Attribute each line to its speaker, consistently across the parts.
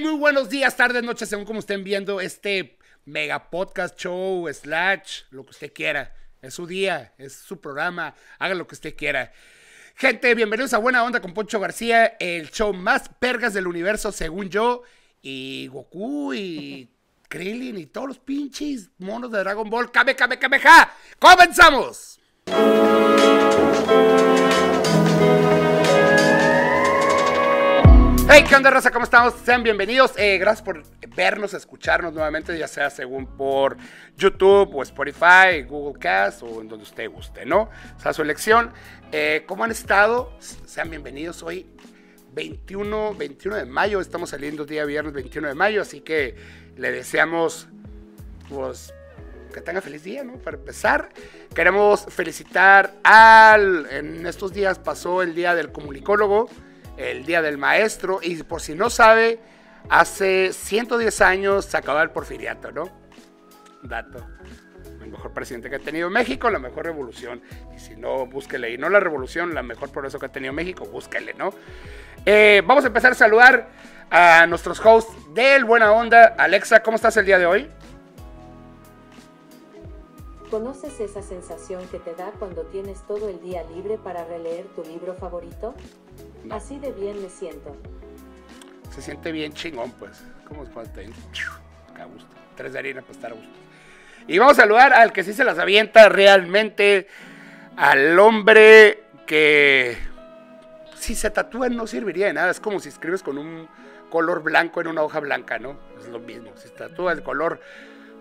Speaker 1: muy buenos días, tardes, noches, según como estén viendo este mega podcast show, slash, lo que usted quiera. Es su día, es su programa, haga lo que usted quiera. Gente, bienvenidos a Buena Onda con Poncho García, el show más pergas del universo, según yo, y Goku y Krillin y todos los pinches monos de Dragon Ball. ¡Kame, kame, kame, ja! ¡Comenzamos! Hey, ¿qué onda, raza? ¿Cómo estamos? Sean bienvenidos. Eh, gracias por vernos, escucharnos nuevamente, ya sea según por YouTube o Spotify, Google Cast o en donde usted guste, ¿no? O sea, su elección. Eh, ¿Cómo han estado? Sean bienvenidos hoy, 21, 21 de mayo. Estamos saliendo día viernes 21 de mayo, así que le deseamos, pues, que tenga feliz día, ¿no? Para empezar, queremos felicitar al. En estos días pasó el día del comunicólogo, el día del maestro, y por si no sabe, hace 110 años se acabó el porfiriato, ¿no? Dato. El mejor presidente que ha tenido México, la mejor revolución. Y si no, búsquele. Y no la revolución, la mejor progreso que ha tenido México, búsquele, ¿no? Eh, vamos a empezar a saludar a nuestros hosts del Buena Onda. Alexa, ¿cómo estás el día de hoy?
Speaker 2: ¿Conoces esa sensación que te da cuando tienes todo el día libre para releer tu libro favorito?
Speaker 1: No.
Speaker 2: Así de bien me siento.
Speaker 1: se siente bien chingón, pues. ¿Cómo es cuando te dicen, "Chiu", acá a gusto? Tres de harina para estar a gusto. Y vamos a saludar al que sí se las avienta realmente, al hombre que si se tatúa no serviría de nada. Es como si escribes con un color blanco en una hoja blanca, ¿no? Es lo mismo. Si se tatúa el color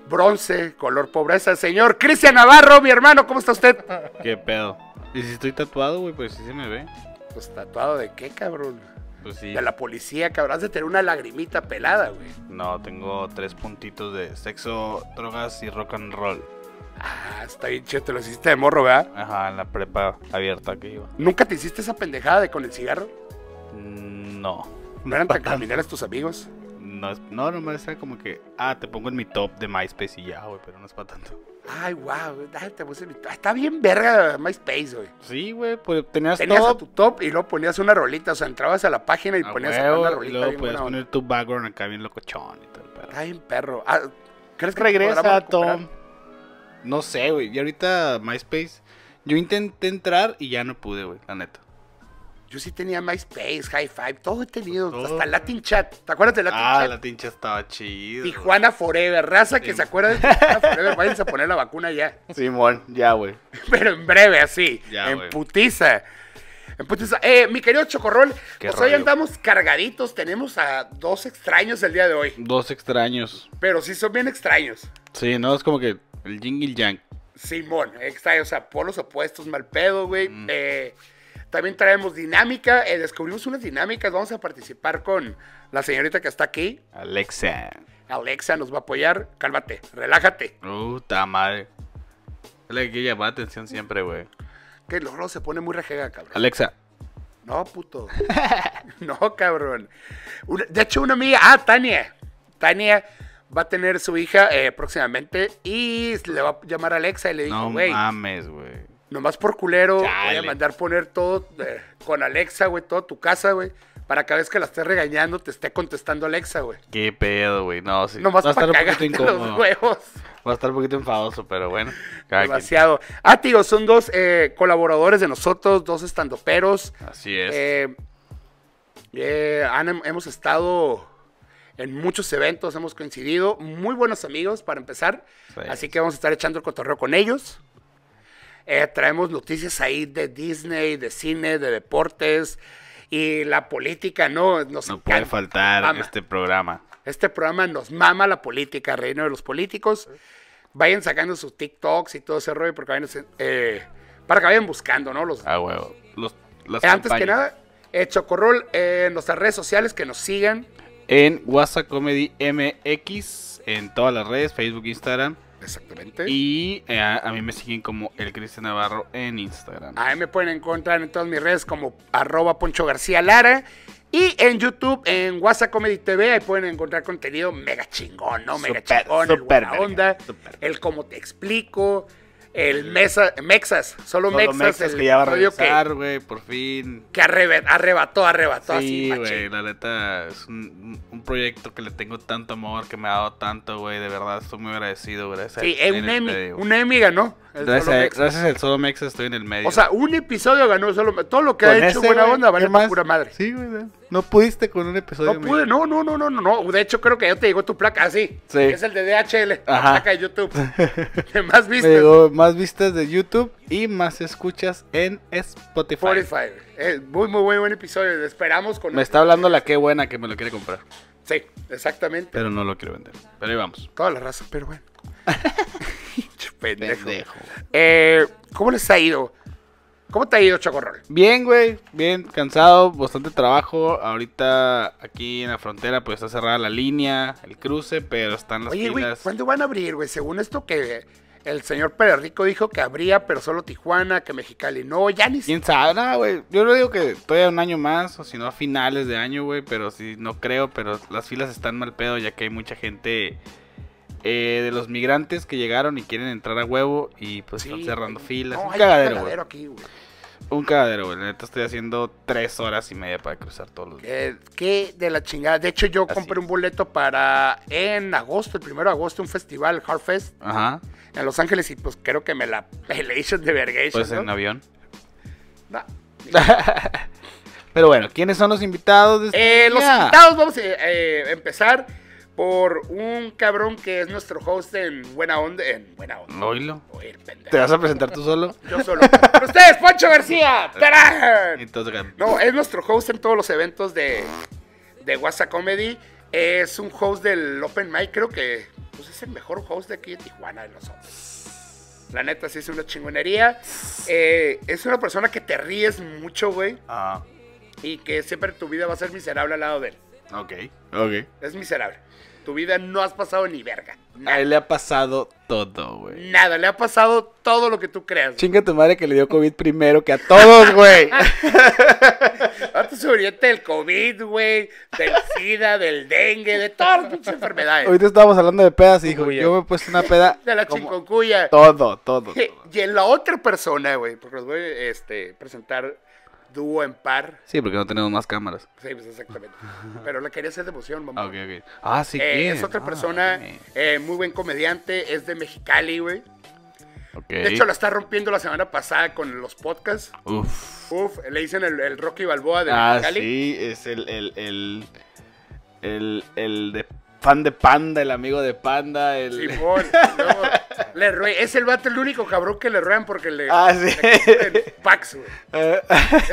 Speaker 1: bronce, color pobreza. Señor Cristian Navarro, mi hermano, ¿cómo está usted?
Speaker 3: ¿Qué pedo? Y si estoy tatuado, güey, pues sí se me ve.
Speaker 1: Pues tatuado de qué, cabrón.
Speaker 3: Pues sí.
Speaker 1: De la policía, cabrón. Has de tener una lagrimita pelada, güey.
Speaker 3: No, tengo tres puntitos de sexo, drogas y rock and roll.
Speaker 1: Ah, está bien chido, te lo hiciste de morro, ¿verdad?
Speaker 3: Ajá, en la prepa abierta que iba.
Speaker 1: ¿Nunca te hiciste esa pendejada de con el cigarro?
Speaker 3: Mm, No.
Speaker 1: ¿No eran tan criminales tus amigos?
Speaker 3: No, es- no, nomás era como que, ah, te pongo en mi top de MySpace y ya, güey, pero no es para tanto.
Speaker 1: Ay, wow, te puse mi- ah, Está bien verga MySpace, güey.
Speaker 3: Sí, güey, pues tenías,
Speaker 1: Tenías a
Speaker 3: top.
Speaker 1: tu top y luego ponías una rolita, o sea, entrabas a la página y
Speaker 3: Ah,
Speaker 1: ponías
Speaker 3: huevo,
Speaker 1: una
Speaker 3: y
Speaker 1: rolita.
Speaker 3: luego
Speaker 1: Bien
Speaker 3: podías
Speaker 1: buena onda.
Speaker 3: poner tu background acá bien locochón y todo el pedo.
Speaker 1: Está bien perro. Ah, ¿Crees que
Speaker 3: Regresa,
Speaker 1: podamos recuperar?
Speaker 3: Tom. No sé, güey. Y ahorita MySpace. Yo intenté entrar y ya no pude, güey, la neta.
Speaker 1: Yo sí tenía MySpace, High Five, todo he tenido,
Speaker 3: Pues Todo.
Speaker 1: hasta Latin Chat. ¿Te acuerdas de Latin
Speaker 3: ah,
Speaker 1: Chat?
Speaker 3: la tincha estaba chido. güey.
Speaker 1: Tijuana Forever, raza que
Speaker 3: Sí.
Speaker 1: se acuerda de Tijuana Forever, váyanse a poner la vacuna ya.
Speaker 3: Simón, ya, güey.
Speaker 1: Pero en breve, así.
Speaker 3: Ya,
Speaker 1: en
Speaker 3: güey.
Speaker 1: putiza. En putiza. Eh, mi querido Chocorrol,
Speaker 3: Qué
Speaker 1: pues hoy
Speaker 3: rollo.
Speaker 1: andamos cargaditos. Tenemos a dos extraños el día de hoy.
Speaker 3: Dos extraños.
Speaker 1: Pero sí son bien extraños.
Speaker 3: Sí, no, es como que el yin y el yang.
Speaker 1: Simón, extraños, o sea, polos opuestos, mal pedo, güey.
Speaker 3: Mm.
Speaker 1: Eh, también traemos dinámica. eh, descubrimos unas dinámicas. Vamos a participar con la señorita que está aquí.
Speaker 3: Alexa.
Speaker 1: Alexa nos va a apoyar. Cálmate, relájate.
Speaker 3: Puta madre. Es la que quiere llamar la atención siempre, güey.
Speaker 1: Que el oro se pone muy rejega, cabrón.
Speaker 3: Alexa.
Speaker 1: No, puto. no, cabrón. Una- de hecho, una amiga, ah, Tania. Tania va a tener su hija eh, próximamente y le va a llamar a Alexa y le dijo,
Speaker 3: No
Speaker 1: güey,
Speaker 3: mames, güey.
Speaker 1: nomás por culero voy a
Speaker 3: Chale.
Speaker 1: mandar poner todo eh, con Alexa, güey, toda tu casa, güey, para cada vez que la estés regañando te esté contestando Alexa, güey.
Speaker 3: Qué pedo, güey. No, sí.
Speaker 1: Nomás
Speaker 3: va a estar
Speaker 1: para
Speaker 3: un poquito
Speaker 1: cagarte los
Speaker 3: incómodo.
Speaker 1: huevos.
Speaker 3: Va a estar un poquito enfadoso, pero bueno. cada quien.
Speaker 1: Demasiado. Ah, tío, son dos eh, colaboradores de nosotros, dos estandoperos.
Speaker 3: Así es.
Speaker 1: Eh, eh, han- hemos estado en muchos eventos, hemos coincidido, muy buenos amigos para empezar,
Speaker 3: Sí.
Speaker 1: así que vamos a estar echando el cotorreo con ellos. Eh, traemos noticias ahí de Disney, de cine, de deportes y la política, ¿no? Nos
Speaker 3: No puede
Speaker 1: encanta.
Speaker 3: faltar
Speaker 1: Ama.
Speaker 3: este programa.
Speaker 1: Este programa nos mama la política, reino de los políticos. Vayan sacando sus TikToks y todo ese rollo porque vayan, eh, para que vayan buscando, ¿no? Los,
Speaker 3: Ah, huevo. Los, las
Speaker 1: eh, Antes que
Speaker 3: campañas.
Speaker 1: nada, eh, Chocorrol, eh, en nuestras redes sociales que nos sigan.
Speaker 3: En WhatsApp Comedy MX, en todas las redes, Facebook, Instagram.
Speaker 1: Exactamente. Y
Speaker 3: Y eh, a a mí me siguen como el Cristian Navarro en Instagram.
Speaker 1: ahí me pueden encontrar en todas mis redes como arroba Poncho García Lara. Y en YouTube, en WhatsApp Comedy TV, ahí pueden encontrar contenido mega chingón, ¿no? Mega
Speaker 3: Súper,
Speaker 1: chingón, el
Speaker 3: súper
Speaker 1: buena
Speaker 3: verga,
Speaker 1: onda,
Speaker 3: súper.
Speaker 1: el cómo te explico, El Mesa- Mexas, solo,
Speaker 3: Solo
Speaker 1: Mexas,
Speaker 3: Mexas
Speaker 1: el
Speaker 3: que ya va a
Speaker 1: episodio que-
Speaker 3: regresar, güey, por fin.
Speaker 1: Que, arrebe- arrebató, arrebató así,
Speaker 3: Sí,
Speaker 1: machín.
Speaker 3: güey, la neta es un, un proyecto que le tengo tanto amor, que me ha dado tanto, güey, de verdad estoy muy agradecido, gracias.
Speaker 1: Sí,
Speaker 3: a-
Speaker 1: eh,
Speaker 3: en este
Speaker 1: un
Speaker 3: el
Speaker 1: Emmy,
Speaker 3: medio.
Speaker 1: un Emmy ganó. el
Speaker 3: Gracias,
Speaker 1: solo
Speaker 3: a-
Speaker 1: Mexas.
Speaker 3: gracias al solo Mexa estoy en el medio.
Speaker 1: O sea, un episodio ganó solo todo lo que
Speaker 3: Con
Speaker 1: ha hecho
Speaker 3: ese,
Speaker 1: buena
Speaker 3: güey,
Speaker 1: onda,
Speaker 3: ¿qué
Speaker 1: vale
Speaker 3: más?
Speaker 1: pura madre.
Speaker 3: Sí, güey, no pudiste con un episodio.
Speaker 1: No
Speaker 3: mío.
Speaker 1: pude, no, no, no, no, no, no. De hecho, creo que ya te llegó tu placa así.
Speaker 3: Sí.
Speaker 1: Es el de DHL, la
Speaker 3: Ajá.
Speaker 1: placa de YouTube. ¿Qué más
Speaker 3: Me
Speaker 1: viste?
Speaker 3: llegó más vistas de YouTube y más escuchas en Spotify.
Speaker 1: Spotify. Eh, muy, muy buen, buen episodio. Esperamos con.
Speaker 3: Me está hablando la que buena que me lo quiere comprar,
Speaker 1: Sí, exactamente.
Speaker 3: pero no lo quiero vender. Pero ahí vamos.
Speaker 1: Toda la raza, pero bueno. Pinche pendejo.
Speaker 3: Pendejo.
Speaker 1: Eh, ¿Cómo les ha ido? ¿Cómo te ha ido, Chocorrol?
Speaker 3: Bien, güey, bien, cansado, bastante trabajo. Ahorita aquí en la frontera pues está cerrada la línea, el cruce, pero están las
Speaker 1: Oye, güey,
Speaker 3: pilas.
Speaker 1: ¿cuándo van a abrir, güey? Según esto que el señor Pérez Rico dijo que abría, pero solo Tijuana, que Mexicali no, ya ni
Speaker 3: ¿Quién sabe? No, güey, yo le digo que todavía un año más, o si no a finales de año, güey, pero sí, no creo, pero las filas están mal pedo ya que hay mucha gente eh, de los migrantes que llegaron y quieren entrar a huevo y pues
Speaker 1: Sí,
Speaker 3: están cerrando
Speaker 1: güey.
Speaker 3: filas.
Speaker 1: No, hay
Speaker 3: un cagadero, güey.
Speaker 1: aquí, güey.
Speaker 3: Un cagadero, güey. La neta estoy haciendo tres horas y media para cruzar todos los días.
Speaker 1: Eh, qué de la chingada. De hecho, yo
Speaker 3: Así
Speaker 1: compré
Speaker 3: es.
Speaker 1: un boleto para en agosto, el primero de agosto, un festival, Hard Fest,
Speaker 3: Ajá,
Speaker 1: en Los Ángeles, y pues creo que me la pelation de vergation,
Speaker 3: pues en
Speaker 1: ¿no?
Speaker 3: avión.
Speaker 1: No.
Speaker 3: Pero bueno, ¿quiénes son los invitados? De este
Speaker 1: Eh, los
Speaker 3: día?
Speaker 1: invitados, vamos a eh, empezar por un cabrón que es nuestro host en Buena Onda. En Buena Onda.
Speaker 3: Oílo.
Speaker 1: Oye, el
Speaker 3: ¿Te
Speaker 1: pendejo.
Speaker 3: vas a presentar tú solo?
Speaker 1: Yo solo. ¡Con ustedes, Poncho García! ¡Tarán!
Speaker 3: Entonces, gan-
Speaker 1: No, es nuestro host en todos los eventos de, de WhatsApp Comedy. Es un host del Open Mic, creo que pues, es el mejor host de aquí de Tijuana de nosotros. La neta, sí es una chingonería. Eh, es una persona que te ríes mucho, güey.
Speaker 3: Ah,
Speaker 1: Y que siempre tu vida va a ser miserable al lado de él.
Speaker 3: ok, ok.
Speaker 1: Es miserable. Tu vida no has pasado ni verga.
Speaker 3: A
Speaker 1: Nada,
Speaker 3: él le ha pasado todo, güey.
Speaker 1: Nada, le ha pasado todo lo que tú creas.
Speaker 3: Chinga tu madre que le dio COVID primero que a todos, güey.
Speaker 1: Antes sobreviviente del COVID, güey, del SIDA, del dengue, de todas las pinches enfermedades.
Speaker 3: Ahorita estábamos hablando de pedas y dijo,
Speaker 1: Uy, ya.
Speaker 3: yo me he puesto una peda.
Speaker 1: de la
Speaker 3: como
Speaker 1: chingoncuya.
Speaker 3: Todo, todo, todo.
Speaker 1: Y en la otra persona, güey, porque los voy a este, presentar dúo en par.
Speaker 3: Sí, porque no tenemos más cámaras.
Speaker 1: Sí, pues exactamente. Pero la quería hacer de emoción, mamá.
Speaker 3: Ah, ok, ok. Ah, sí,
Speaker 1: Eh,
Speaker 3: ¿quién?
Speaker 1: es otra
Speaker 3: Ah,
Speaker 1: persona,
Speaker 3: ok.
Speaker 1: eh, muy buen comediante, es de Mexicali, güey.
Speaker 3: Ok.
Speaker 1: De hecho, la está rompiendo la semana pasada con los podcasts.
Speaker 3: Uf.
Speaker 1: Uf, le dicen el, el Rocky Balboa de
Speaker 3: Ah,
Speaker 1: Mexicali.
Speaker 3: sí, es el, el, el, el, el de fan de Panda, el amigo de Panda, el...
Speaker 1: Simón, luego le rue- es el vato el único cabrón que le ruedan porque le,
Speaker 3: Ah, sí.
Speaker 1: le quiten Pax, güey.
Speaker 3: Eh,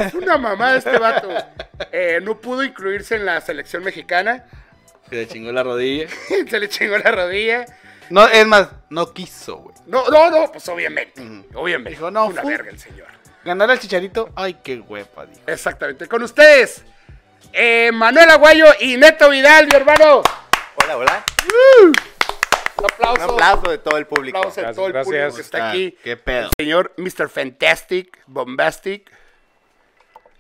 Speaker 1: Es una mamada este vato. güey. Eh, no pudo incluirse en la selección mexicana.
Speaker 3: Se le chingó la rodilla.
Speaker 1: Se le chingó la rodilla.
Speaker 3: No, es más, no quiso, güey.
Speaker 1: No, no, no, pues obviamente. Obviamente.
Speaker 3: Dijo, no,
Speaker 1: Es una
Speaker 3: fu-
Speaker 1: verga el señor.
Speaker 3: Ganar al chicharito, ay, qué huepa, dijo.
Speaker 1: Exactamente. Con ustedes, eh, Manuel Aguayo y Neto Vidal, mi hermano.
Speaker 4: Hola, hola.
Speaker 1: Un
Speaker 4: Un
Speaker 1: aplauso.
Speaker 4: aplauso de todo el público.
Speaker 1: aplauso a
Speaker 5: Gracias,
Speaker 1: todo el
Speaker 5: gracias.
Speaker 1: público que está
Speaker 3: Ah,
Speaker 1: aquí.
Speaker 3: Qué pedo.
Speaker 1: señor Mr. Fantastic, Bombastic.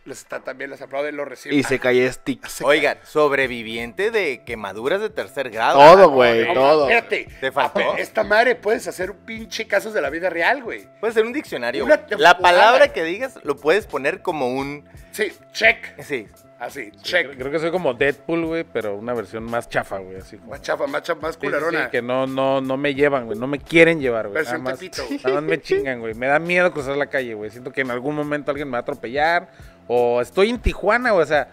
Speaker 1: Les está también, les aplauden, los reciben.
Speaker 3: Y se cayó stick.
Speaker 4: Oigan, sobreviviente de quemaduras de tercer grado.
Speaker 3: Todo, güey,
Speaker 1: Ah,
Speaker 3: todo.
Speaker 1: Espérate.
Speaker 4: Te faltó.
Speaker 1: Ah, Esta madre puedes hacer un pinche casos de la vida real, güey.
Speaker 4: Puede ser un diccionario.
Speaker 1: Una
Speaker 4: güey.
Speaker 1: temporada.
Speaker 4: La palabra que digas lo puedes poner como un.
Speaker 1: Sí, check.
Speaker 4: Sí.
Speaker 1: Así,
Speaker 5: Creo-
Speaker 1: check.
Speaker 5: Creo que soy como Deadpool, güey, pero una versión más chafa, güey. Así como.
Speaker 1: Más chafa, más chafa, más
Speaker 5: Sí, sí, sí,
Speaker 1: culerona.
Speaker 5: que no, no, no me llevan, güey. No me quieren llevar, güey. Nada
Speaker 1: Versión
Speaker 5: más,
Speaker 1: Tepito.
Speaker 5: nada más me chingan, güey. Me da miedo cruzar la calle, güey. Siento que en algún momento alguien me va a atropellar. O estoy en Tijuana, güey. O sea,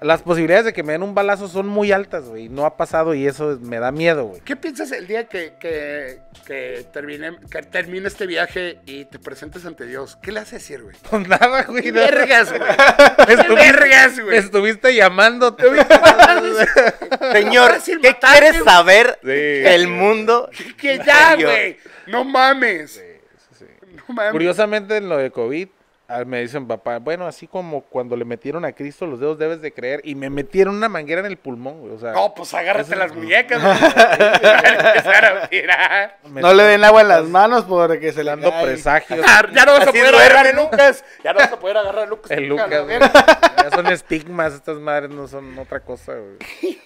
Speaker 5: las posibilidades de que me den un balazo son muy altas, güey. No ha pasado y eso me da miedo, güey.
Speaker 1: ¿Qué piensas el día que, que, que termine, que termine este viaje y te presentes ante Dios? ¿Qué le haces decir, güey?
Speaker 5: Pues nada, güey.
Speaker 1: ¡Qué
Speaker 5: no.
Speaker 1: vergas, güey!
Speaker 5: Me
Speaker 1: ¡Qué
Speaker 5: estuviste-
Speaker 1: vergas,
Speaker 5: Me
Speaker 1: güey!
Speaker 5: estuviste llamando, tú.
Speaker 4: Señor,
Speaker 1: Fácil
Speaker 4: ¿qué
Speaker 1: matarme,
Speaker 4: quieres
Speaker 1: güey.
Speaker 4: saber
Speaker 5: Sí.
Speaker 4: del mundo?
Speaker 1: ¡Que ya,
Speaker 4: Dios.
Speaker 1: güey! ¡No mames! No mames.
Speaker 5: Curiosamente, en lo de COVID, Ah, Me dicen, papá, bueno, así como cuando le metieron a Cristo los dedos debes de creer. Y me metieron una manguera en el pulmón, güey. O sea,
Speaker 1: No, pues agárrate las muñecas. güey. Empezar a tirar.
Speaker 5: me-
Speaker 3: No le den agua en las manos porque se le
Speaker 5: dando
Speaker 3: cae.
Speaker 5: presagios.
Speaker 1: Ah, Ya no vas a
Speaker 4: Así
Speaker 1: poder
Speaker 4: duerme,
Speaker 1: agarrar
Speaker 4: ¿no?
Speaker 1: Lucas. Ya no vas a poder agarrar a Lucas.
Speaker 5: El
Speaker 1: Nunca,
Speaker 5: Lucas,
Speaker 1: la
Speaker 5: güey.
Speaker 1: verga.
Speaker 5: Ya son estigmas, estas madres no son otra cosa, güey.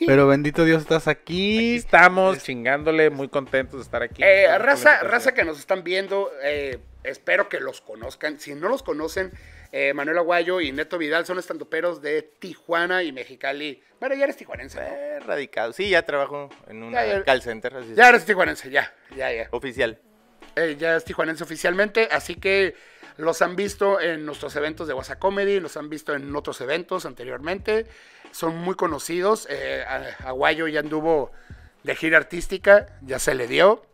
Speaker 3: Pero bendito Dios, estás
Speaker 5: Y
Speaker 3: aquí.
Speaker 5: estamos chingándole, muy contentos de estar aquí.
Speaker 1: Eh, raza, raza que nos están viendo, eh, espero que los conozcan. Si no los conocen, eh, Manuel Aguayo y Neto Vidal son estandoperos de Tijuana y Mexicali. Bueno, ya eres tijuanense. ¿no?
Speaker 4: Eh, radicado. Sí, ya trabajo en un
Speaker 1: Ya, ya.
Speaker 4: call center, así es.
Speaker 1: Ya eres tijuanense, ya, ya, ya.
Speaker 4: Oficial.
Speaker 1: Eh, ya es tijuanense oficialmente, así que los han visto en nuestros eventos de WhatsApp Comedy, los han visto en otros eventos anteriormente, son muy conocidos. eh, a- Aguayo ya anduvo de gira artística, ya se le dio.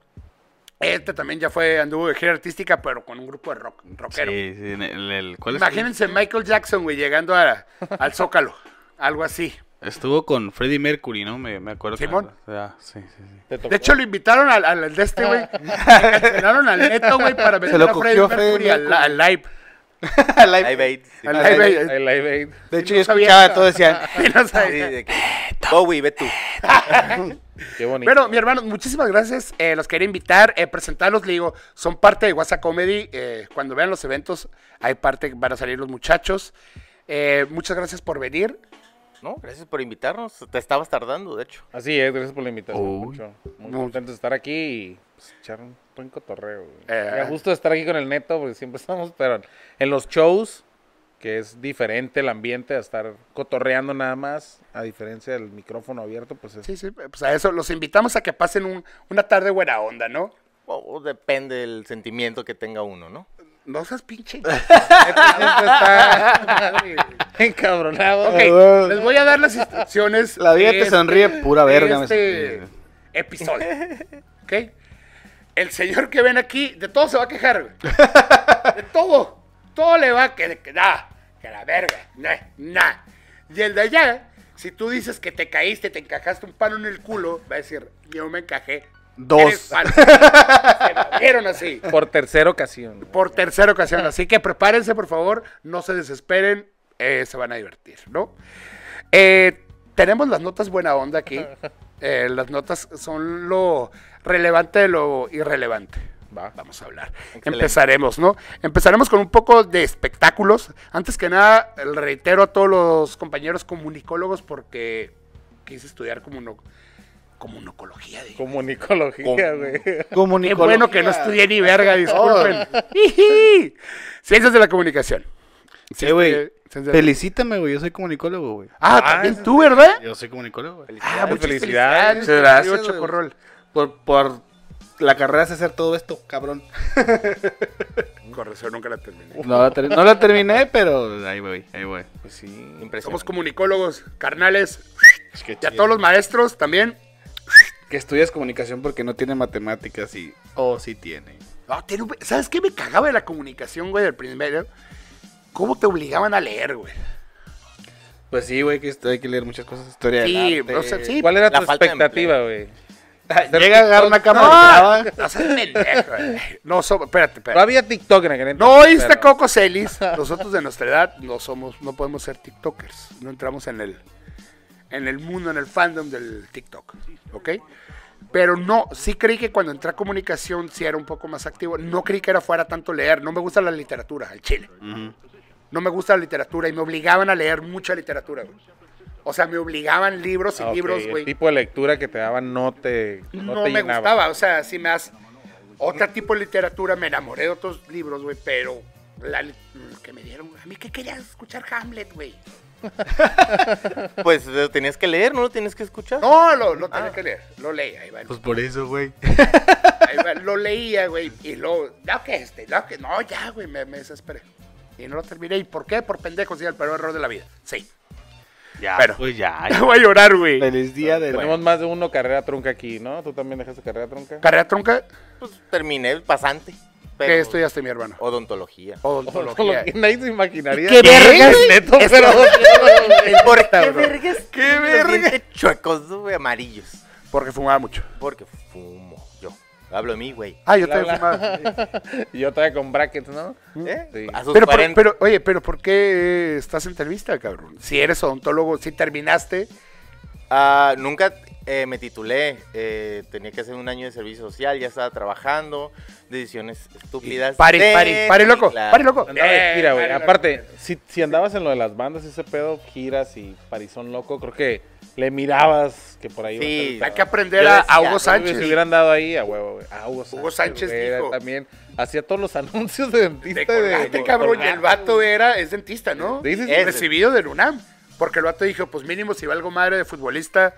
Speaker 1: Este también ya fue, anduvo de gira artística, pero con un grupo de rock, rockero.
Speaker 3: Sí, sí, en el- el- ¿cuál es?
Speaker 1: Imagínense Michael Jackson, güey, llegando a- al Zócalo, algo así.
Speaker 3: Estuvo con Freddie Mercury, ¿no? Me, me acuerdo. que-
Speaker 1: Simón.
Speaker 3: Ah, sí, sí, sí.
Speaker 1: De hecho, lo invitaron al, al de este, güey. Cancelaron al neto, güey, para meter
Speaker 3: lo
Speaker 1: a Freddie
Speaker 3: cogió Freddie
Speaker 1: Mercury al,
Speaker 3: Mercury.
Speaker 1: al live.
Speaker 4: Ahí veis.
Speaker 1: Al
Speaker 3: Al
Speaker 1: live,
Speaker 3: live.
Speaker 1: eh,
Speaker 5: El live aid.
Speaker 3: De hecho,
Speaker 1: no
Speaker 3: yo
Speaker 1: sabía.
Speaker 3: escuchaba todo, decían.
Speaker 1: Sí, no sabía.
Speaker 4: Sí, de que, Bowie, ve tú.
Speaker 5: Qué bonito.
Speaker 1: Bueno, mi hermano, muchísimas gracias. Eh, los quería invitar, eh, presentarlos. Le digo, son parte de WhatsApp Comedy. eh, cuando vean los eventos, hay parte, van a salir los muchachos. Eh, muchas gracias por venir.
Speaker 4: No, gracias por invitarnos. Te estabas tardando, de hecho.
Speaker 5: Así es, gracias por la invitación.
Speaker 3: Uy.
Speaker 5: Poncho. Muy
Speaker 1: Muy-
Speaker 5: contento de estar aquí y pues, echar un buen cotorreo. güey.
Speaker 1: Eh.
Speaker 5: Me gusta estar aquí con el neto porque siempre estamos, pero en los shows, que es diferente el ambiente a estar cotorreando nada más, a diferencia del micrófono abierto, pues es
Speaker 1: Sí, sí, pues a eso. Los invitamos a que pasen un- una tarde buena onda, ¿no?
Speaker 4: O- o depende del sentimiento que tenga uno, ¿no?
Speaker 1: No seas pinche.
Speaker 5: siempre está encabronado.
Speaker 1: Ok,
Speaker 3: bueno.
Speaker 1: les voy a dar las instrucciones.
Speaker 3: Eh, La vida
Speaker 1: de
Speaker 3: te sonríe, pura
Speaker 1: de
Speaker 3: verga, me
Speaker 1: este
Speaker 3: sonríe.
Speaker 1: episodio. ¿Ok? El señor que ven aquí, de todo se va a quejar. güey. De todo. Todo le va a que, que, nah, que la verga. Nah, nah. Y el de allá, si tú dices que te caíste, te encajaste un palo en el culo, va a decir, yo me encajé.
Speaker 3: Dos.
Speaker 1: tres palos. Se la dieron así
Speaker 5: Por tercera ocasión. güey.
Speaker 1: por tercera ocasión. Así que prepárense, por favor, no se desesperen, eh, se van a divertir, ¿no? Eh, tenemos las notas buena onda aquí. Eh, las notas son lo relevante de lo irrelevante.
Speaker 5: Va.
Speaker 1: Vamos a hablar.
Speaker 4: Excelente.
Speaker 1: Empezaremos, ¿no? Empezaremos con un poco de espectáculos. Antes que nada, reitero a todos los compañeros comunicólogos porque quise estudiar comuno- comunicología. dije.
Speaker 5: Comunicología, güey.
Speaker 1: Qué
Speaker 3: Comunicó.
Speaker 1: bueno que no estudié ni verga, disculpen. Jiji. Ciencias de la comunicación.
Speaker 3: Sí, güey.
Speaker 1: Eh, ciencias de-
Speaker 3: Felicítame, güey. Yo soy comunicólogo, güey.
Speaker 1: Ah,
Speaker 5: Ah,
Speaker 1: también
Speaker 5: ese
Speaker 1: tú, ¿verdad?
Speaker 3: Yo soy comunicólogo, güey.
Speaker 1: Ah, muchas felicidades.
Speaker 5: felicidades.
Speaker 3: Muchas gracias,
Speaker 1: querido
Speaker 3: güey.
Speaker 1: Chocorrol.
Speaker 3: Por, por la carrera de hacer todo esto, cabrón.
Speaker 1: Corrección, nunca la terminé.
Speaker 3: No la, ter- no la terminé, pero ahí voy, ahí voy.
Speaker 5: Pues sí.
Speaker 1: Somos
Speaker 4: Impresionante.
Speaker 1: comunicólogos, carnales. Y a todos los maestros también.
Speaker 3: Que estudias comunicación porque no tiene matemáticas y... Oh, sí tiene.
Speaker 1: No, tiene un- ¿Sabes qué me cagaba de la comunicación, güey, del primero? ¿Cómo te obligaban a leer, güey?
Speaker 3: Pues sí, güey, que esto- hay que leer muchas cosas. Historia
Speaker 1: Sí,
Speaker 3: del arte.
Speaker 1: o sea, sí.
Speaker 5: ¿Cuál era
Speaker 4: La
Speaker 5: tu
Speaker 4: falta de
Speaker 5: expectativa, güey?
Speaker 3: Llega a agarrar una cámara y graba.
Speaker 1: No, seas pendejo, güey. No, somos- espérate,
Speaker 5: No
Speaker 1: espérate.
Speaker 5: había TikTok en aquel
Speaker 1: No
Speaker 5: entonces,
Speaker 1: oíste
Speaker 5: pero-
Speaker 1: Coco Celis. Nosotros de nuestra edad no somos, no podemos ser TikTokers. No entramos en el, en el mundo, en el fandom del TikTok. ¿Ok? Pero no, sí creí que cuando entré a comunicación sí era un poco más activo. No creí que era fuera tanto leer. No me gusta la literatura, al chile.
Speaker 3: Ujú.
Speaker 1: No me gusta la literatura y me obligaban a leer mucha literatura, güey. O sea, me obligaban libros y
Speaker 5: Ah, ok,
Speaker 1: libros,
Speaker 5: el
Speaker 1: güey
Speaker 5: tipo de lectura que te daban no te
Speaker 1: no,
Speaker 5: te
Speaker 1: me
Speaker 5: llenaba.
Speaker 1: gustaba. O sea, si me das otro tipo de literatura, me enamoré de otros libros, güey, pero la li- mm, que me dieron, güey, a mí que querías escuchar Hamlet, güey.
Speaker 4: Pues lo tenías que leer, no lo tienes que escuchar.
Speaker 1: No, lo, lo tenía que leer, lo leí, ahí va,
Speaker 3: Pues por eso, güey.
Speaker 1: ahí va, lo leía, güey, y luego, no, que este, no, que no, ya, güey, me, me desesperé. Y no lo terminé, ¿y por qué? Por pendejos, y el peor error de la vida, sí.
Speaker 3: Ya,
Speaker 1: Pero-
Speaker 3: pues ya.
Speaker 1: voy a llorar, güey.
Speaker 3: Feliz día del...
Speaker 5: Tenemos más de uno carrera trunca aquí, ¿no? ¿Tú también dejaste carrera trunca?
Speaker 1: Carrera trunca,
Speaker 4: Pues terminé el pasante. Pero
Speaker 1: que estudiaste, mi hermano?
Speaker 4: Odontología.
Speaker 1: Odontología.
Speaker 5: Odontología, Nadie se imaginaría.
Speaker 1: ¿Y qué vergas?
Speaker 5: Neto,
Speaker 1: Es-
Speaker 5: pero-
Speaker 4: ¿Por qué
Speaker 5: Cabrón.
Speaker 4: vergas? ¿Qué vergas? Chuecos, güey, amarillos.
Speaker 1: Porque fumaba mucho.
Speaker 4: Porque fumo yo. Hablo de mí, güey.
Speaker 1: Ah, yo
Speaker 5: Bla,
Speaker 1: también
Speaker 5: bla.
Speaker 1: fumaba.
Speaker 5: Y yo todavía con brackets, ¿no?
Speaker 4: ¿Eh?
Speaker 5: Sí.
Speaker 4: A sus
Speaker 1: Pero, por-
Speaker 4: 40.
Speaker 1: pero, oye, pero ¿por qué eh, estás en entrevista, cabrón? Si eres odontólogo, si terminaste.
Speaker 4: Ah, nunca eh, me titulé. eh, tenía que hacer un año de servicio social. Ya estaba trabajando. Decisiones estúpidas.
Speaker 1: Pare,
Speaker 4: de
Speaker 1: pare, pare loco,
Speaker 4: la-
Speaker 1: pare loco.
Speaker 5: Andaba de
Speaker 1: Eh,
Speaker 5: gira, güey.
Speaker 1: pare loco.
Speaker 5: Aparte, si, si andabas en lo de las bandas, ese pedo, giras y parizón loco, creo que le mirabas que por ahí. iba a
Speaker 4: Sí,
Speaker 5: estar el
Speaker 1: Hay
Speaker 5: pedo.
Speaker 1: que aprender
Speaker 4: Yo
Speaker 1: a,
Speaker 4: decía,
Speaker 1: a Hugo
Speaker 4: güey,
Speaker 5: Creo que Si
Speaker 1: Sánchez.
Speaker 5: hubieran dado ahí a huevo, güey. A Hugo Sánchez.
Speaker 1: Hugo Sánchez
Speaker 5: güey, era
Speaker 1: dijo.
Speaker 5: También hacía todos los anuncios de dentista.
Speaker 1: Te
Speaker 5: y de-
Speaker 1: colgaste, cabrón, y el vato era, es dentista, ¿no?
Speaker 5: Sí, sí, sí.
Speaker 1: Es Recibido del UNAM. Porque el vato dijo, pues mínimo si valgo madre de futbolista,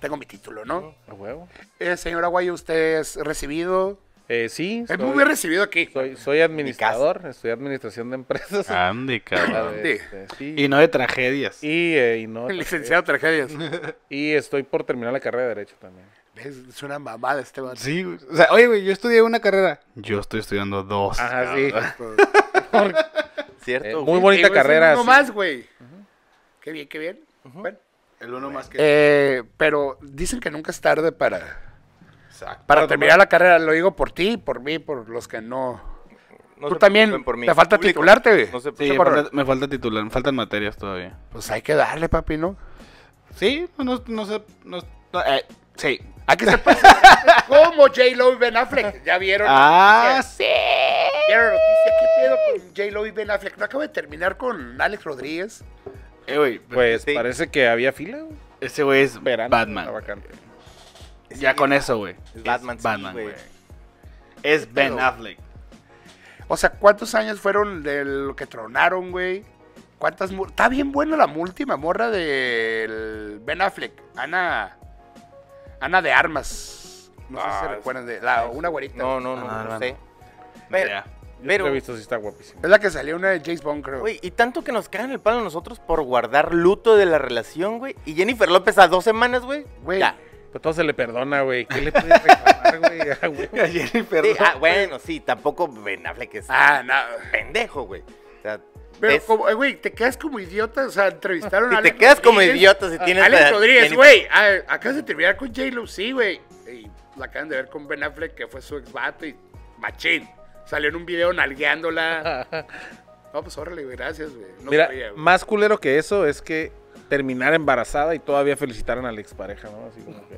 Speaker 1: tengo mi título, ¿no?
Speaker 5: A huevo.
Speaker 1: Eh, señor Aguayo, usted es recibido.
Speaker 5: Eh, sí.
Speaker 1: Es
Speaker 5: soy-
Speaker 1: muy bien recibido aquí.
Speaker 5: Soy, soy administrador, estudié administración de empresas.
Speaker 3: Ande,
Speaker 5: La
Speaker 3: cabrón.
Speaker 5: de-
Speaker 1: Sí.
Speaker 5: este, sí.
Speaker 3: Y no de tragedias.
Speaker 5: Y, eh, y no.
Speaker 1: Licenciado Tragedias.
Speaker 5: Y estoy por terminar la carrera de Derecho también.
Speaker 1: es, es una mamada este vato.
Speaker 3: Sí, güey. O sea, oye, güey, yo estudié una carrera. Yo estoy estudiando dos.
Speaker 5: Ajá, sí.
Speaker 4: Cierto.
Speaker 5: Ah, Eh,
Speaker 4: güey.
Speaker 5: muy bonita
Speaker 1: Digo, es
Speaker 5: carrera.
Speaker 1: Uno
Speaker 5: sí.
Speaker 1: más, güey. Qué bien, qué bien. Bueno.
Speaker 3: El uno más que.
Speaker 1: Eh, pero dicen que nunca es tarde para,
Speaker 3: Exacto.
Speaker 1: para terminar la carrera. Lo digo por ti, por mí, por los que no.
Speaker 4: No
Speaker 1: Tú
Speaker 4: se
Speaker 1: también.
Speaker 4: preocupen por mí.
Speaker 1: Te falta
Speaker 4: Público,
Speaker 1: titularte, güey.
Speaker 4: No se
Speaker 3: Sí, me
Speaker 1: Chaparro.
Speaker 3: falta, me falta titular, me faltan materias todavía.
Speaker 1: Pues hay que darle, papi, ¿no?
Speaker 3: Sí, no, no, no sé. No, no, eh, sí.
Speaker 1: Hay que ser como J-Lo y Ben Affleck. Ya vieron.
Speaker 3: Ah, sí.
Speaker 1: Vieron la noticia. ¿Qué pedo con J-Lo y Ben Affleck? No acabo de terminar con Alex Rodríguez.
Speaker 3: Eh, güey,
Speaker 5: Pues
Speaker 4: Sí.
Speaker 5: parece que había fila, güey.
Speaker 3: ese güey es
Speaker 5: Esperando
Speaker 1: Ah,
Speaker 5: la
Speaker 3: Batman.
Speaker 5: vacante.
Speaker 3: Ya con eso, güey.
Speaker 4: Es Batman, sí,
Speaker 3: Batman,
Speaker 4: güey.
Speaker 3: güey. Es Ben
Speaker 1: pedo?
Speaker 3: Affleck.
Speaker 1: O sea, ¿cuántos años fueron de lo que tronaron, güey? ¿Cuántas mu- Está bien buena la última morra del Ben Affleck. Ana. Ana de Armas. No sé
Speaker 4: Ah,
Speaker 1: si se recuerdan de. La, una güerita.
Speaker 4: No, no, no,
Speaker 3: Ah,
Speaker 4: no
Speaker 3: no.
Speaker 4: sé. Pero,
Speaker 3: Ya.
Speaker 5: Yo
Speaker 4: pero,
Speaker 5: lo he visto, sí está guapísimo.
Speaker 1: Es la que salió una de James Bond, creo.
Speaker 4: güey, y tanto que nos cagan el palo nosotros por guardar luto de la relación, güey. Y Jennifer López a dos semanas, güey.
Speaker 1: Güey.
Speaker 4: Ya.
Speaker 5: Pero todo se le perdona, güey. ¿Qué le puedes reclamar, güey? Ah, güey?
Speaker 3: Jennifer
Speaker 4: Sí,
Speaker 3: López.
Speaker 4: ah, bueno, sí, tampoco Ben Affleck es
Speaker 1: Ah, no.
Speaker 4: pendejo, güey. O sea,
Speaker 1: Pero,
Speaker 4: ves-
Speaker 1: como, eh, güey, te quedas como idiota. O sea, entrevistaron a
Speaker 4: si
Speaker 1: Alex
Speaker 4: te quedas como
Speaker 1: Rodríguez.
Speaker 4: idiota si tienes.
Speaker 1: Alex
Speaker 4: a
Speaker 1: Rodríguez,
Speaker 4: Jennifer-
Speaker 1: güey. a- Acabas de terminar con J-Lo, sí, güey. Y la acaban de ver con Ben Affleck, que fue su ex vato y machín. Salió en un video nalgueándola. No, pues órale, güey, gracias, güey. No
Speaker 5: Mira,
Speaker 1: sabía, güey.
Speaker 5: más culero que eso es que terminar embarazada y todavía felicitaran a la expareja, ¿no? Así como que...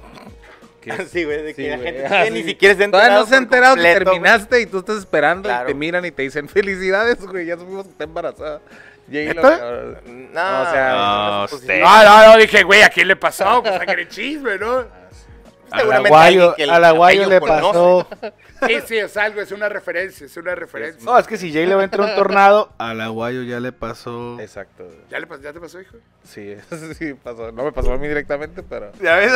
Speaker 5: que-
Speaker 4: Sí, güey, de que
Speaker 5: Sí,
Speaker 4: la
Speaker 5: güey.
Speaker 4: gente
Speaker 5: Ah,
Speaker 4: ni
Speaker 5: sí.
Speaker 4: siquiera se ha enterado.
Speaker 5: Todavía no se ha
Speaker 4: por
Speaker 5: enterado que
Speaker 4: completo, güey.
Speaker 5: terminaste y tú estás esperando
Speaker 4: Claro.
Speaker 5: y te miran y te dicen felicidades, güey, ya supimos que está embarazada. J-Lo,
Speaker 1: ¿Neta?
Speaker 5: cabrón.
Speaker 4: No,
Speaker 5: O sea,
Speaker 4: no,
Speaker 3: no,
Speaker 4: es
Speaker 3: usted.
Speaker 4: posible.
Speaker 1: No, no, no, dije, güey, ¿a quién le pasó? Pues a que le chisme, ¿no?
Speaker 4: Seguramente alguien que el Aguayo conoce.
Speaker 1: Sí, sí, es algo, es una referencia, es una referencia.
Speaker 3: No, es que si Jay le va a entrar un tornado, al Aguayo ya le pasó.
Speaker 5: Exacto. güey.
Speaker 1: ¿Ya, le, pas- ya te pasó, hijo?
Speaker 5: Sí, sí pasó. No me pasó a mí directamente, pero...
Speaker 3: ¿Ya ves?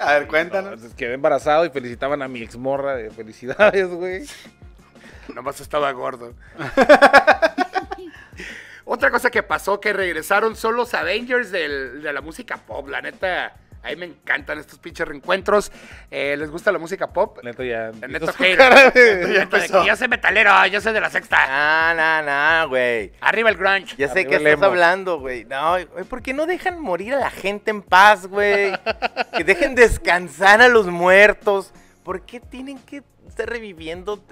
Speaker 3: a ver,
Speaker 5: No,
Speaker 3: cuéntanos.
Speaker 5: entonces quedé embarazado y felicitaban a mi exmorra de felicidades, güey.
Speaker 1: Nomás estaba gordo. Otra cosa que pasó, que regresaron son los Avengers del- de la música pop. La neta, a mí me encantan estos pinches reencuentros. Eh, ¿Les gusta la música pop?
Speaker 5: Neta ya.
Speaker 1: La neta,
Speaker 5: Su
Speaker 1: haters.
Speaker 5: cara de-
Speaker 1: La neta de que Yo soy metalero, yo soy de la sexta.
Speaker 4: Ah, no, no, güey.
Speaker 1: Arriba el grunge.
Speaker 4: Ya sé
Speaker 5: Arriba
Speaker 4: que
Speaker 5: el
Speaker 4: estás
Speaker 5: emo.
Speaker 4: hablando, güey. No, güey, ¿por qué no dejan morir a la gente en paz, güey? que dejen descansar a los muertos. ¿Por qué tienen que estar reviviendo?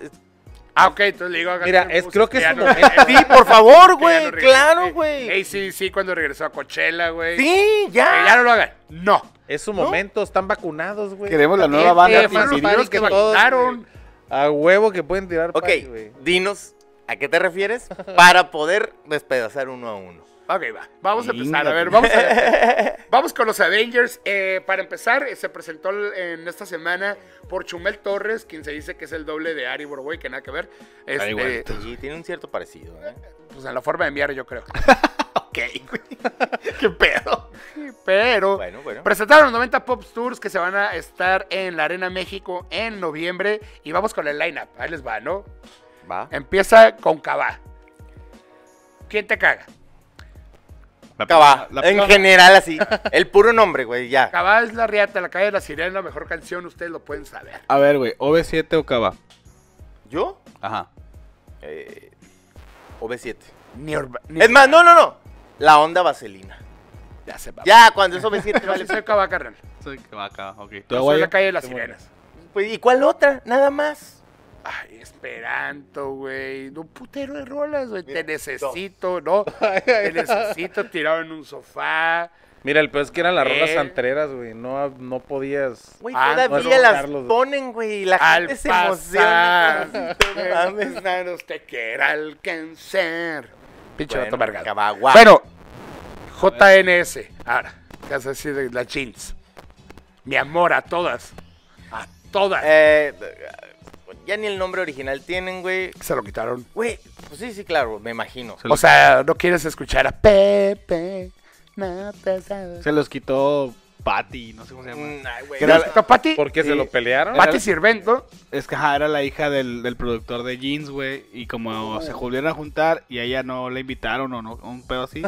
Speaker 1: Ah, ok, entonces le digo. hágase
Speaker 5: Mira,
Speaker 1: un
Speaker 5: es-
Speaker 1: bus,
Speaker 5: creo que es
Speaker 1: ya
Speaker 5: un
Speaker 1: no-
Speaker 5: momento.
Speaker 4: Sí, por
Speaker 1: que
Speaker 4: favor,
Speaker 1: ya no
Speaker 4: güey.
Speaker 1: regrese.
Speaker 4: Claro, güey.
Speaker 1: Ey, sí, sí, cuando regresó a Coachella, güey.
Speaker 4: Sí,
Speaker 1: Que ya
Speaker 4: ya.
Speaker 1: no lo hagan. No.
Speaker 5: Es su momento, están vacunados, güey.
Speaker 3: Queremos la nueva
Speaker 1: Eh,
Speaker 3: banda.
Speaker 1: eh, fueron los
Speaker 3: Pimpinirus.
Speaker 1: padres que
Speaker 5: que todos,
Speaker 1: vacunaron.
Speaker 5: A huevo que pueden tirar
Speaker 4: Ok,
Speaker 5: pari, güey.
Speaker 4: dinos a qué te refieres para poder despedazar uno a uno.
Speaker 1: Ok, va. Vamos a empezar.
Speaker 3: Chinga,
Speaker 1: A ver,
Speaker 3: güey.
Speaker 1: vamos a- Vamos con los Avengers. Eh, para empezar, eh, se presentó el- en esta semana por Chumel Torres, quien se dice que es el doble de Ari Borgoy, que nada que ver. Este,
Speaker 3: Ari Guarito.
Speaker 4: Y tiene un cierto parecido, ¿eh?
Speaker 1: pues en la forma de enviar, yo creo.
Speaker 4: Ok, ¿Qué pedo?
Speaker 1: Pero
Speaker 4: Bueno, bueno.
Speaker 1: presentaron los 90 Pop Tours que se van a estar en la Arena México en noviembre. Y vamos con el lineup. Ahí les va, ¿no?
Speaker 4: Va.
Speaker 1: Empieza con Cabá. ¿Quién te caga?
Speaker 3: La-
Speaker 4: Acaba.
Speaker 3: la-
Speaker 4: En general, así. El puro nombre, güey, ya.
Speaker 1: Cabá es la riata, la calle de la sirena, la mejor canción, ustedes lo pueden saber.
Speaker 3: A ver, güey, OV7 o Cava.
Speaker 4: ¿Yo?
Speaker 3: Ajá.
Speaker 4: Eh, OB7.
Speaker 1: Nirva-
Speaker 4: Es más, no, no, no. La onda vaselina.
Speaker 1: Ya se va.
Speaker 4: Ya, cuando es OB7,
Speaker 1: Yo sí
Speaker 4: vale.
Speaker 1: soy Cabá, carnal.
Speaker 3: Soy Cava, Cava, ok. ¿Tú,
Speaker 1: Yo soy
Speaker 3: Aguayo?
Speaker 1: la calle de las sirenas.
Speaker 4: Pues, ¿y cuál otra? Nada más.
Speaker 1: Ay, Esperanto, güey. Un putero de rolas, güey. Te necesito, ¿no? Te necesito tirado en un sofá.
Speaker 5: Mira, el peor es que eran las rolas
Speaker 1: Eh.
Speaker 5: santreras, güey. No, no podías.
Speaker 4: Güey,
Speaker 1: Ah, no,
Speaker 4: todavía
Speaker 5: no,
Speaker 4: las
Speaker 5: Carlos.
Speaker 4: ponen, güey, y la
Speaker 1: Al
Speaker 4: gente se
Speaker 1: pasar,
Speaker 4: emociona.
Speaker 1: güey,
Speaker 4: No mames.
Speaker 1: las manos te quiera alcanzar. Pinche
Speaker 4: Bueno,
Speaker 1: vato vergado.
Speaker 4: Cabagua.
Speaker 1: Bueno, JNS. Ahora, Ah, ¿qué haces así de las jeans? Mi amor a todas. A todas.
Speaker 4: Eh, ya ni el nombre original tienen, güey.
Speaker 1: Se lo quitaron.
Speaker 4: Güey, pues sí, sí, claro, me imagino.
Speaker 3: Se
Speaker 1: O sea, no quieres escuchar a Pepe. No te sabes.
Speaker 3: Se los quitó Patty, no sé cómo se llama.
Speaker 4: Mm, ay, güey.
Speaker 1: ¿Qué tal, Tito Pati?
Speaker 5: ¿Por qué se
Speaker 3: Sí.
Speaker 5: lo pelearon?
Speaker 1: Pati Sirvento.
Speaker 3: Es que ajá, era la hija del, del productor de jeans, güey. Y como se volvieron a juntar y a ella no la invitaron o no, un pedo así.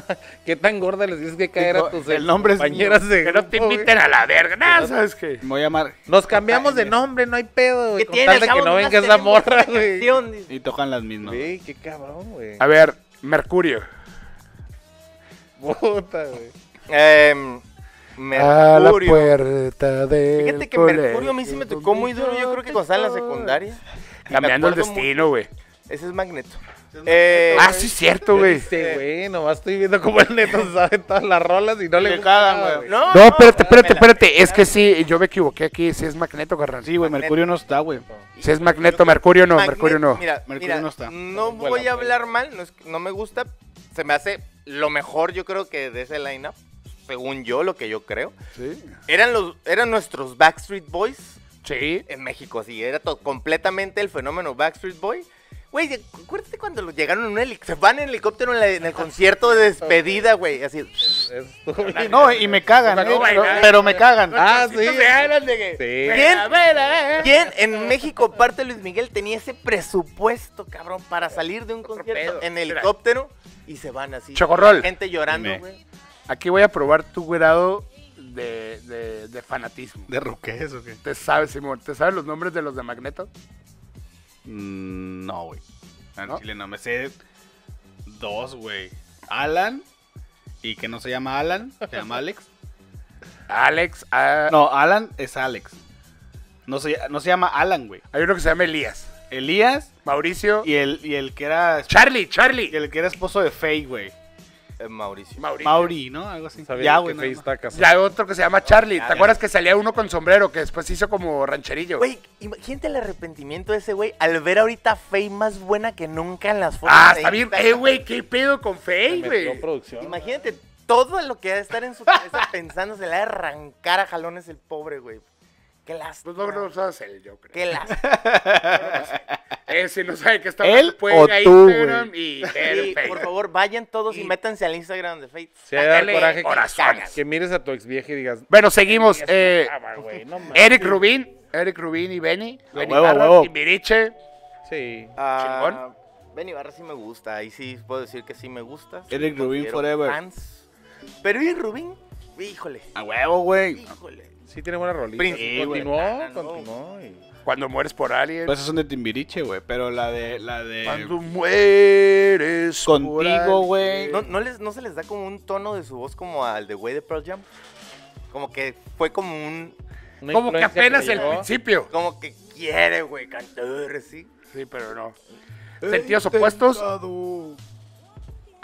Speaker 5: ¿Qué tan gorda les tienes que caer
Speaker 3: Dijo,
Speaker 5: a tus
Speaker 3: el nombre es
Speaker 5: compañeras de
Speaker 1: Que no te
Speaker 5: grupo, güey?
Speaker 1: inviten a la verga. No, ¿sabes qué?
Speaker 3: Me voy a llamar
Speaker 5: Nos cambiamos de nombre, no hay pedo, güey.
Speaker 4: ¿Qué
Speaker 5: Con
Speaker 4: tiene?
Speaker 5: tal
Speaker 4: Al
Speaker 5: de que
Speaker 4: cabo
Speaker 5: no
Speaker 4: nomás
Speaker 5: venga esa
Speaker 4: tenemos
Speaker 5: morra,
Speaker 4: esta
Speaker 5: güey.
Speaker 4: canción, dice.
Speaker 3: y tocan las mismas.
Speaker 5: Güey, qué cabrón, güey.
Speaker 1: A ver, Mercurio.
Speaker 5: Puta, güey.
Speaker 4: Em,
Speaker 1: Ah,
Speaker 4: Mercurio.
Speaker 1: puerta de.
Speaker 4: Fíjate que Mercurio a mí sí me tocó muy duro, yo creo que cuando estaba en la secundaria. Y me
Speaker 1: Cambiando el
Speaker 4: acuerdo mu-
Speaker 1: destino, güey.
Speaker 4: Ese es Magneto. Eh,
Speaker 1: Ah, sí, cierto, güey.
Speaker 5: Este güey, nomás estoy viendo cómo el neto se sabe todas las rolas y no le
Speaker 3: Le
Speaker 5: gusta
Speaker 3: cagan,
Speaker 5: nada,
Speaker 3: güey.
Speaker 4: No,
Speaker 1: No,
Speaker 4: no,
Speaker 1: espérate, espérate,
Speaker 4: dámela.
Speaker 1: espérate. Es que sí, yo me equivoqué aquí. Si es Magneto, carnal.
Speaker 3: Sí, güey, Mercurio no está, güey.
Speaker 1: Si es Magneto, Mercurio no,
Speaker 4: Magneto-
Speaker 1: Mercurio no.
Speaker 4: Mira,
Speaker 3: Mercurio
Speaker 4: mira,
Speaker 3: no está.
Speaker 4: no
Speaker 5: Vuela,
Speaker 4: voy a
Speaker 5: vuela.
Speaker 4: hablar mal, no, es- no me gusta. Se me hace lo mejor, yo creo que de ese lineup, según yo, lo que yo creo.
Speaker 1: Sí.
Speaker 4: Eran los, eran nuestros Backstreet Boys
Speaker 1: Sí.
Speaker 4: en México, sí, era to- completamente el fenómeno Backstreet Boy. Güey, acu- acuérdate cuando los llegaron en un heli- se van en helicóptero en, la- en el concierto de despedida, güey, así.
Speaker 5: Estuvo bien.
Speaker 3: No, y me cagan,
Speaker 5: Pues
Speaker 1: No,
Speaker 3: eh,
Speaker 1: güey,
Speaker 3: pero,
Speaker 1: nada.
Speaker 3: pero me cagan.
Speaker 5: Ah, sí. Sí.
Speaker 4: ¿Quién,
Speaker 1: ¿Quién?
Speaker 4: quién en México, parte de Luis Miguel, tenía ese presupuesto, cabrón, para salir de un concierto
Speaker 1: pedo.
Speaker 4: en
Speaker 1: Mira.
Speaker 4: helicóptero y se van así?
Speaker 1: Chocorrol.
Speaker 4: Gente llorando,
Speaker 3: Dime.
Speaker 4: güey.
Speaker 1: Aquí voy a probar tu grado de, de, de fanatismo.
Speaker 3: ¿De ruqués o qué?
Speaker 1: ¿Te sabes, Simón? ¿Te sabes los nombres de los de Magneto?
Speaker 3: Mm, No, güey. Al
Speaker 1: ¿No?
Speaker 3: chile no me sé dos, güey. Alan y que no se llama Alan, se llama Alex.
Speaker 1: Alex. ah,
Speaker 3: No, Alan es Alex. No se, no se llama Alan, güey.
Speaker 1: Hay uno que se llama Elías.
Speaker 3: Elías
Speaker 1: Mauricio.
Speaker 3: y el, y el que era
Speaker 1: Charlie,
Speaker 3: y
Speaker 1: Charlie.
Speaker 3: el que era esposo de Faye, güey.
Speaker 4: Eh, Mauricio.
Speaker 1: Mauricio.
Speaker 3: Mauri, ¿no? Algo así.
Speaker 5: Sabía
Speaker 3: Ya,
Speaker 5: que
Speaker 3: güey.
Speaker 5: Faye
Speaker 3: nada más.
Speaker 5: está casado.
Speaker 1: Y hay otro que se llama Charlie.
Speaker 4: ya,
Speaker 1: ¿Te
Speaker 4: ya.
Speaker 1: acuerdas que salía uno con sombrero que después se hizo como rancherillo?
Speaker 4: Güey, imagínate el arrepentimiento de ese güey al ver ahorita a Faye más buena que nunca en las fotos.
Speaker 1: ah,
Speaker 4: de
Speaker 1: está bien.
Speaker 4: Instagram.
Speaker 1: Eh, güey, qué pedo con Faye,
Speaker 5: Me
Speaker 1: güey.
Speaker 5: metió producción.
Speaker 4: Imagínate todo lo que va a estar en su cabeza pensando, se le va a arrancar a jalones el pobre, güey. Qué
Speaker 1: Pues
Speaker 4: lástima.
Speaker 1: no, no sabes él, yo creo.
Speaker 4: Qué lástima.
Speaker 1: Eh, si no sabe que está
Speaker 3: Él
Speaker 1: mal, pueden
Speaker 3: o
Speaker 1: ir a
Speaker 3: tú,
Speaker 1: Instagram y ver
Speaker 4: Sí,
Speaker 1: Faye.
Speaker 4: por favor, vayan todos y,
Speaker 1: Y-
Speaker 4: métanse al Instagram de Faith.
Speaker 5: Sí, hay
Speaker 1: Dale
Speaker 5: coraje que-
Speaker 1: corazones.
Speaker 5: que mires a tu ex vieja y digas,
Speaker 1: Bueno, seguimos.
Speaker 5: "Ya
Speaker 1: Eh,
Speaker 5: estaba, ah, güey, no mames".
Speaker 1: Eric Rubín. Eric Rubín y Benny. Benny
Speaker 3: huevo, a
Speaker 1: Barra,
Speaker 3: huevo.
Speaker 1: y Miriche.
Speaker 5: Sí.
Speaker 4: Ah, Ben Ibarra sí me gusta, ahí sí puedo decir que sí me gusta. Sí
Speaker 3: Eric
Speaker 4: me
Speaker 3: Rubin
Speaker 4: considero
Speaker 3: forever.
Speaker 4: fans. Pero Eric Rubin, híjole,
Speaker 3: A huevo, güey.
Speaker 4: híjole.
Speaker 5: Sí tiene buena rolita.
Speaker 4: Príncipe,
Speaker 5: Sí,
Speaker 4: güey.
Speaker 5: continuó,
Speaker 4: Ah, no.
Speaker 5: continuó. y-
Speaker 1: Cuando mueres por alguien.
Speaker 3: Pues son de Timbiriche, güey. Pero la de. La de.
Speaker 1: cuando mueres por
Speaker 3: Contigo, güey.
Speaker 4: ¿No, no les, ¿No se les da como un tono de su voz como al de Way de Pearl Jam? Como que fue como un...
Speaker 5: Una
Speaker 1: Como que
Speaker 5: influencia
Speaker 1: apenas
Speaker 5: le
Speaker 1: el
Speaker 5: llegó.
Speaker 1: principio.
Speaker 4: Como que quiere, güey, cantar así.
Speaker 1: Sí, pero no. Sentidos opuestos.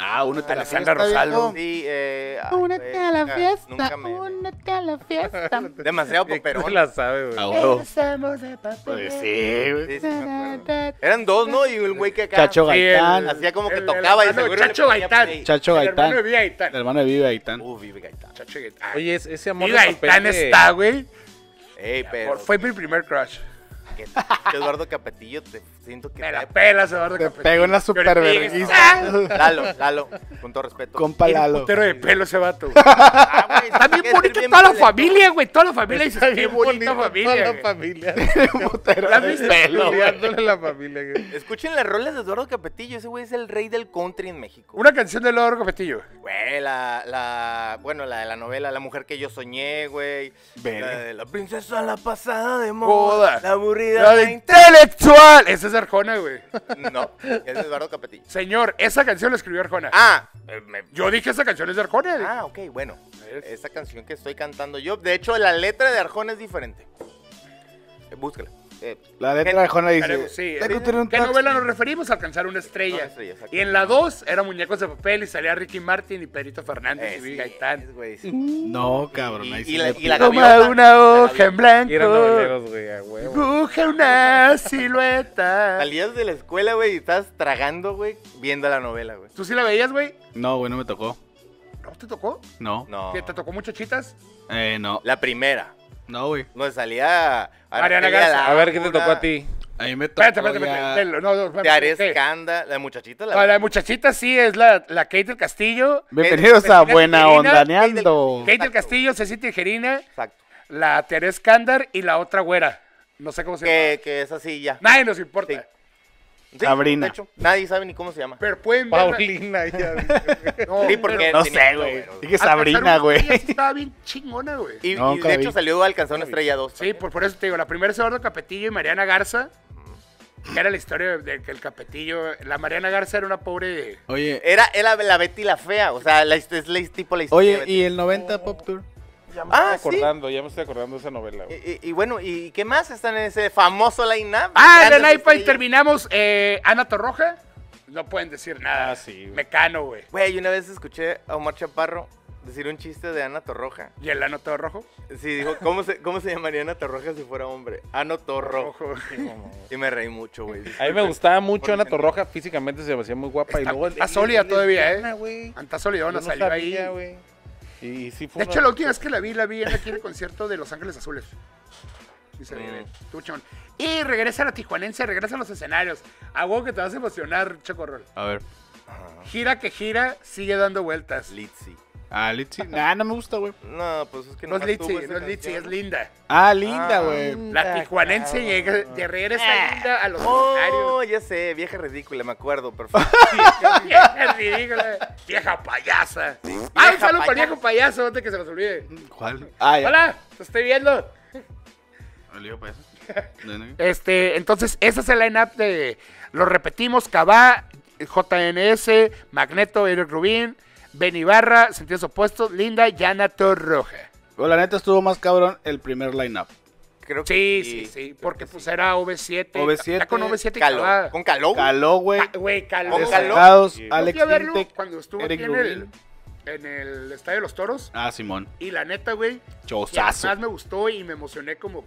Speaker 3: Ah, únete a la
Speaker 1: Alejandra
Speaker 3: fiesta,
Speaker 1: Rosaldo.
Speaker 3: viejo.
Speaker 4: Sí, eh... ay,
Speaker 6: Únete
Speaker 4: güey,
Speaker 6: a la
Speaker 4: nunca-
Speaker 6: fiesta,
Speaker 4: nunca me-
Speaker 6: únete a la fiesta.
Speaker 4: Demasiado
Speaker 5: Pero
Speaker 4: poperón.
Speaker 5: la sabe, güey.
Speaker 3: A huevo.
Speaker 6: Somos de papel.
Speaker 3: Pues sí, güey.
Speaker 4: Sí, sí, me acuerdo. Eran dos, ¿no? Y el güey que acá...
Speaker 3: Chacho
Speaker 1: Sí, el-
Speaker 3: Gaitán.
Speaker 4: Hacía como que
Speaker 1: el- el
Speaker 4: tocaba y
Speaker 1: hermano
Speaker 4: seguro le
Speaker 1: Chacho
Speaker 4: ponía
Speaker 1: Gaitán.
Speaker 4: play.
Speaker 3: Chacho
Speaker 1: El hermano de
Speaker 3: Gaitán.
Speaker 1: Vivi Gaitán.
Speaker 3: El hermano de Vive Gaitán.
Speaker 4: Uh, vive Gaitán.
Speaker 1: Chacho Gaitán. Oye,
Speaker 5: Oye, es- ese amor
Speaker 1: Vivi
Speaker 5: de papel
Speaker 1: Gaitán
Speaker 5: de-
Speaker 1: está, güey.
Speaker 4: Ey, pero...
Speaker 1: Por- Fue mi primer crush.
Speaker 4: que- que Eduardo Capetillo, te siento que...
Speaker 1: Me la
Speaker 4: te-
Speaker 1: pelas, Eduardo
Speaker 3: Te
Speaker 1: Capetillo.
Speaker 3: pego en la superverguisa.
Speaker 4: Lalo, Lalo, con todo respeto.
Speaker 3: Compa
Speaker 1: Tiene un
Speaker 3: Lalo.
Speaker 1: putero de pelo ese vato. güey.
Speaker 4: Ah, güey,
Speaker 1: Está
Speaker 4: tiene
Speaker 1: bien
Speaker 4: que ser
Speaker 1: bonita
Speaker 4: bien
Speaker 1: toda la
Speaker 4: violento.
Speaker 1: familia, güey. Toda la familia dice,
Speaker 5: Está
Speaker 1: qué
Speaker 5: bien
Speaker 1: bonita
Speaker 5: bonita
Speaker 1: familia.
Speaker 5: toda
Speaker 1: güey.
Speaker 5: la familia.
Speaker 1: ¿La has visto?
Speaker 5: Cuidándole la familia, güey.
Speaker 4: Escuchen las rolas de Eduardo Capetillo, ese güey es el rey del country en México.
Speaker 1: Una canción de Eduardo Capetillo.
Speaker 4: Güey, la, la, bueno, la de la novela, la mujer que yo soñé, güey. La de la princesa, la pasada de moda.
Speaker 1: Moda.
Speaker 4: La aburrida.
Speaker 1: La
Speaker 4: la
Speaker 1: de intelectual. Esa es Arjona, güey.
Speaker 4: in- No, es de Eduardo Capetillo.
Speaker 1: Señor, esa canción la escribió Arjona.
Speaker 4: Ah, eh, me-
Speaker 1: Yo dije esa canción es de Arjona. dije.
Speaker 4: ah, ok, bueno.
Speaker 1: ¿Ves?
Speaker 4: Esa canción que estoy cantando yo, de hecho, la letra de Arjona es diferente. búscala. Eh,
Speaker 3: La letra de Jona dice:
Speaker 1: Claro, sí,
Speaker 3: "Tengo
Speaker 1: eh,
Speaker 3: que tener un
Speaker 1: ¿Qué
Speaker 3: taxi".
Speaker 1: novela nos referimos? Alcanzar una
Speaker 4: Una
Speaker 1: estrella.
Speaker 4: estrella, exacto.
Speaker 1: y en la 2 era Muñecos de Papel y salía Ricky Martin y Pedrito Fernández y
Speaker 4: eh,
Speaker 1: Bill
Speaker 4: sí,
Speaker 1: Gaitán.
Speaker 4: es, güey, sí.
Speaker 3: No, cabrón.
Speaker 4: Y-
Speaker 3: ahí
Speaker 4: y
Speaker 3: sí
Speaker 4: la-
Speaker 3: le
Speaker 4: y
Speaker 3: pido.
Speaker 4: la
Speaker 1: Toma
Speaker 4: gaviota,
Speaker 1: una
Speaker 4: la
Speaker 1: hoja en
Speaker 5: Y eran
Speaker 1: blanco.
Speaker 5: noveleros, güey, a huevo.
Speaker 1: Dibuja una silueta.
Speaker 4: Salías de la escuela, güey, y estás tragando, güey, viendo la novela, güey.
Speaker 1: ¿Tú sí la veías, güey?
Speaker 3: No, güey, no me tocó.
Speaker 1: ¿No te tocó?
Speaker 3: No.
Speaker 4: No.
Speaker 1: ¿Qué, ¿Te tocó muchachitas?
Speaker 3: Eh, no.
Speaker 4: La primera.
Speaker 3: No, güey.
Speaker 4: Donde salía
Speaker 1: Ariana
Speaker 4: Argelia
Speaker 1: Garza.
Speaker 5: A ver qué te
Speaker 4: Laguna,
Speaker 5: tocó a ti.
Speaker 3: A mí me tocó.
Speaker 1: Espérate, espérate,
Speaker 3: ya-
Speaker 1: espérate. Lelo, No, no, espérate,
Speaker 4: Te haré
Speaker 1: ¿qué?
Speaker 4: escándala. La muchachita, la.
Speaker 1: No, la muchachita sí es la, la Kate del Castillo.
Speaker 3: Bienvenidos
Speaker 1: Kate-
Speaker 3: a
Speaker 1: Kate
Speaker 3: Buena
Speaker 1: Tijerina,
Speaker 3: Onda Neando.
Speaker 1: Kate del Castillo, Ceci Tijerina,
Speaker 4: Exacto.
Speaker 1: la Teresa Cándar y la otra güera. No sé cómo se llama.
Speaker 4: Que, que es así ya.
Speaker 1: Nadie nos importa.
Speaker 4: Sí. Sí,
Speaker 3: Sabrina.
Speaker 4: de hecho, nadie sabe ni cómo se llama.
Speaker 1: Pero pueden ver.
Speaker 5: Paulina, ya.
Speaker 1: No,
Speaker 4: Sí, porque-
Speaker 3: No
Speaker 4: tenía
Speaker 3: sé,
Speaker 4: pelo,
Speaker 3: güey.
Speaker 4: güey.
Speaker 3: Dije
Speaker 1: Alcanzar
Speaker 3: Sabrina,
Speaker 1: una
Speaker 3: güey.
Speaker 1: estrella sí Estaba bien chingona, güey.
Speaker 4: Y, y
Speaker 3: Nunca
Speaker 4: de
Speaker 3: vi.
Speaker 4: hecho salió Alcanzar una estrella 2.
Speaker 1: Sí, pues por, por eso te digo, la primera es Eduardo Capetillo y Mariana Garza. Que era la historia de que el Capetillo. La Mariana Garza era una pobre.
Speaker 3: Oye,
Speaker 4: Era, era la Betty la fea. O sea, la, es la- tipo la historia.
Speaker 3: oye,
Speaker 4: de
Speaker 3: y el 90 Pop Tour.
Speaker 4: Betty. Ah, sí.
Speaker 5: acordando, ya me estoy acordando de esa novela, güey.
Speaker 4: Y, y- y bueno, ¿y qué más están en ese famoso line-up?
Speaker 1: Ah, en
Speaker 4: Grandes
Speaker 1: el iPad
Speaker 4: estrellas.
Speaker 1: terminamos. eh, Ana Torroja. No pueden decir nada.
Speaker 5: Ah, sí, güey.
Speaker 1: Mecano, güey.
Speaker 4: Güey, una vez escuché a Omar Chaparro decir un chiste de Ana Torroja.
Speaker 1: Y el Ano Torrojo.
Speaker 4: Sí, dijo, ¿cómo se, cómo se llamaría Ana Torroja si fuera hombre? Ano Torrojo.
Speaker 1: Rojo.
Speaker 4: Y me reí mucho, güey.
Speaker 5: A mí me gustaba mucho Ana Torroja, físicamente se me hacía muy guapa.
Speaker 1: Está-
Speaker 5: y luego,
Speaker 1: está sólida todavía, ¿eh?
Speaker 5: güey.
Speaker 1: Antasolidona
Speaker 5: Yo no
Speaker 1: salió ahí.
Speaker 5: sabía, güey. Y, y sí fue
Speaker 1: De
Speaker 5: una-
Speaker 1: hecho, la última vez que la vi, la vi en aquí en el concierto de Los Ángeles Azules. Sí, se ve
Speaker 4: Mm.
Speaker 1: bien. Estuvo chingón. Y regresa a la tijuanense, regresa a los escenarios. A huevo que te vas a emocionar, Chocorrol.
Speaker 3: A ver.
Speaker 4: Ah.
Speaker 1: Gira que gira, sigue dando vueltas.
Speaker 4: Litzy.
Speaker 3: Ah, Litzy. Nah, no me gusta, güey.
Speaker 4: No, pues es que
Speaker 1: No es
Speaker 4: nomás
Speaker 1: Litzy,
Speaker 4: tuvo esa
Speaker 1: no es Litzy,
Speaker 4: canción.
Speaker 1: es Linda.
Speaker 3: Ah,
Speaker 4: Ah.
Speaker 3: linda, güey.
Speaker 1: La tijuanense llega, de regresa Linda a los
Speaker 4: Oh,
Speaker 1: escenarios.
Speaker 4: ya sé, vieja ridícula, me acuerdo, perfecto.
Speaker 1: Vieja ridícula, vieja payasa. Ay,
Speaker 4: Vieja
Speaker 1: saludo para el
Speaker 4: payasa.
Speaker 1: viejo payaso, antes que se nos olvide.
Speaker 3: ¿Cuál? Ah, ya.
Speaker 1: Hola, te estoy viendo.
Speaker 3: Me ligo para eso.
Speaker 1: Este, entonces, esa es el line-up de. Lo repetimos: Cabá, JNS, Magneto, Eric Rubín, Ben Ibarra, Sentidos Opuestos, Linda, Yana Torroja.
Speaker 3: Bueno, Pues, la neta estuvo más cabrón el primer lineup.
Speaker 4: Creo que
Speaker 1: Sí, sí, sí. Porque pues era OV7.
Speaker 3: OV7,
Speaker 1: Ya con OV7 y
Speaker 4: Caló.
Speaker 1: Cabá.
Speaker 4: Con caló. güey.
Speaker 3: Caló, güey.
Speaker 1: Ah, Güey, Caló.
Speaker 4: Uh, Con Caló.
Speaker 3: Despegados,
Speaker 5: Sí.
Speaker 1: Yo fui
Speaker 3: Alex
Speaker 1: a verlo
Speaker 3: Intec,
Speaker 1: cuando estuvo
Speaker 3: Eric
Speaker 1: aquí en el,
Speaker 3: Rubin.
Speaker 1: en el Estadio de los Toros.
Speaker 3: Ah, Simón.
Speaker 1: Y la neta, güey. quien
Speaker 3: Chozazo.
Speaker 1: Más me gustó y me emocioné como.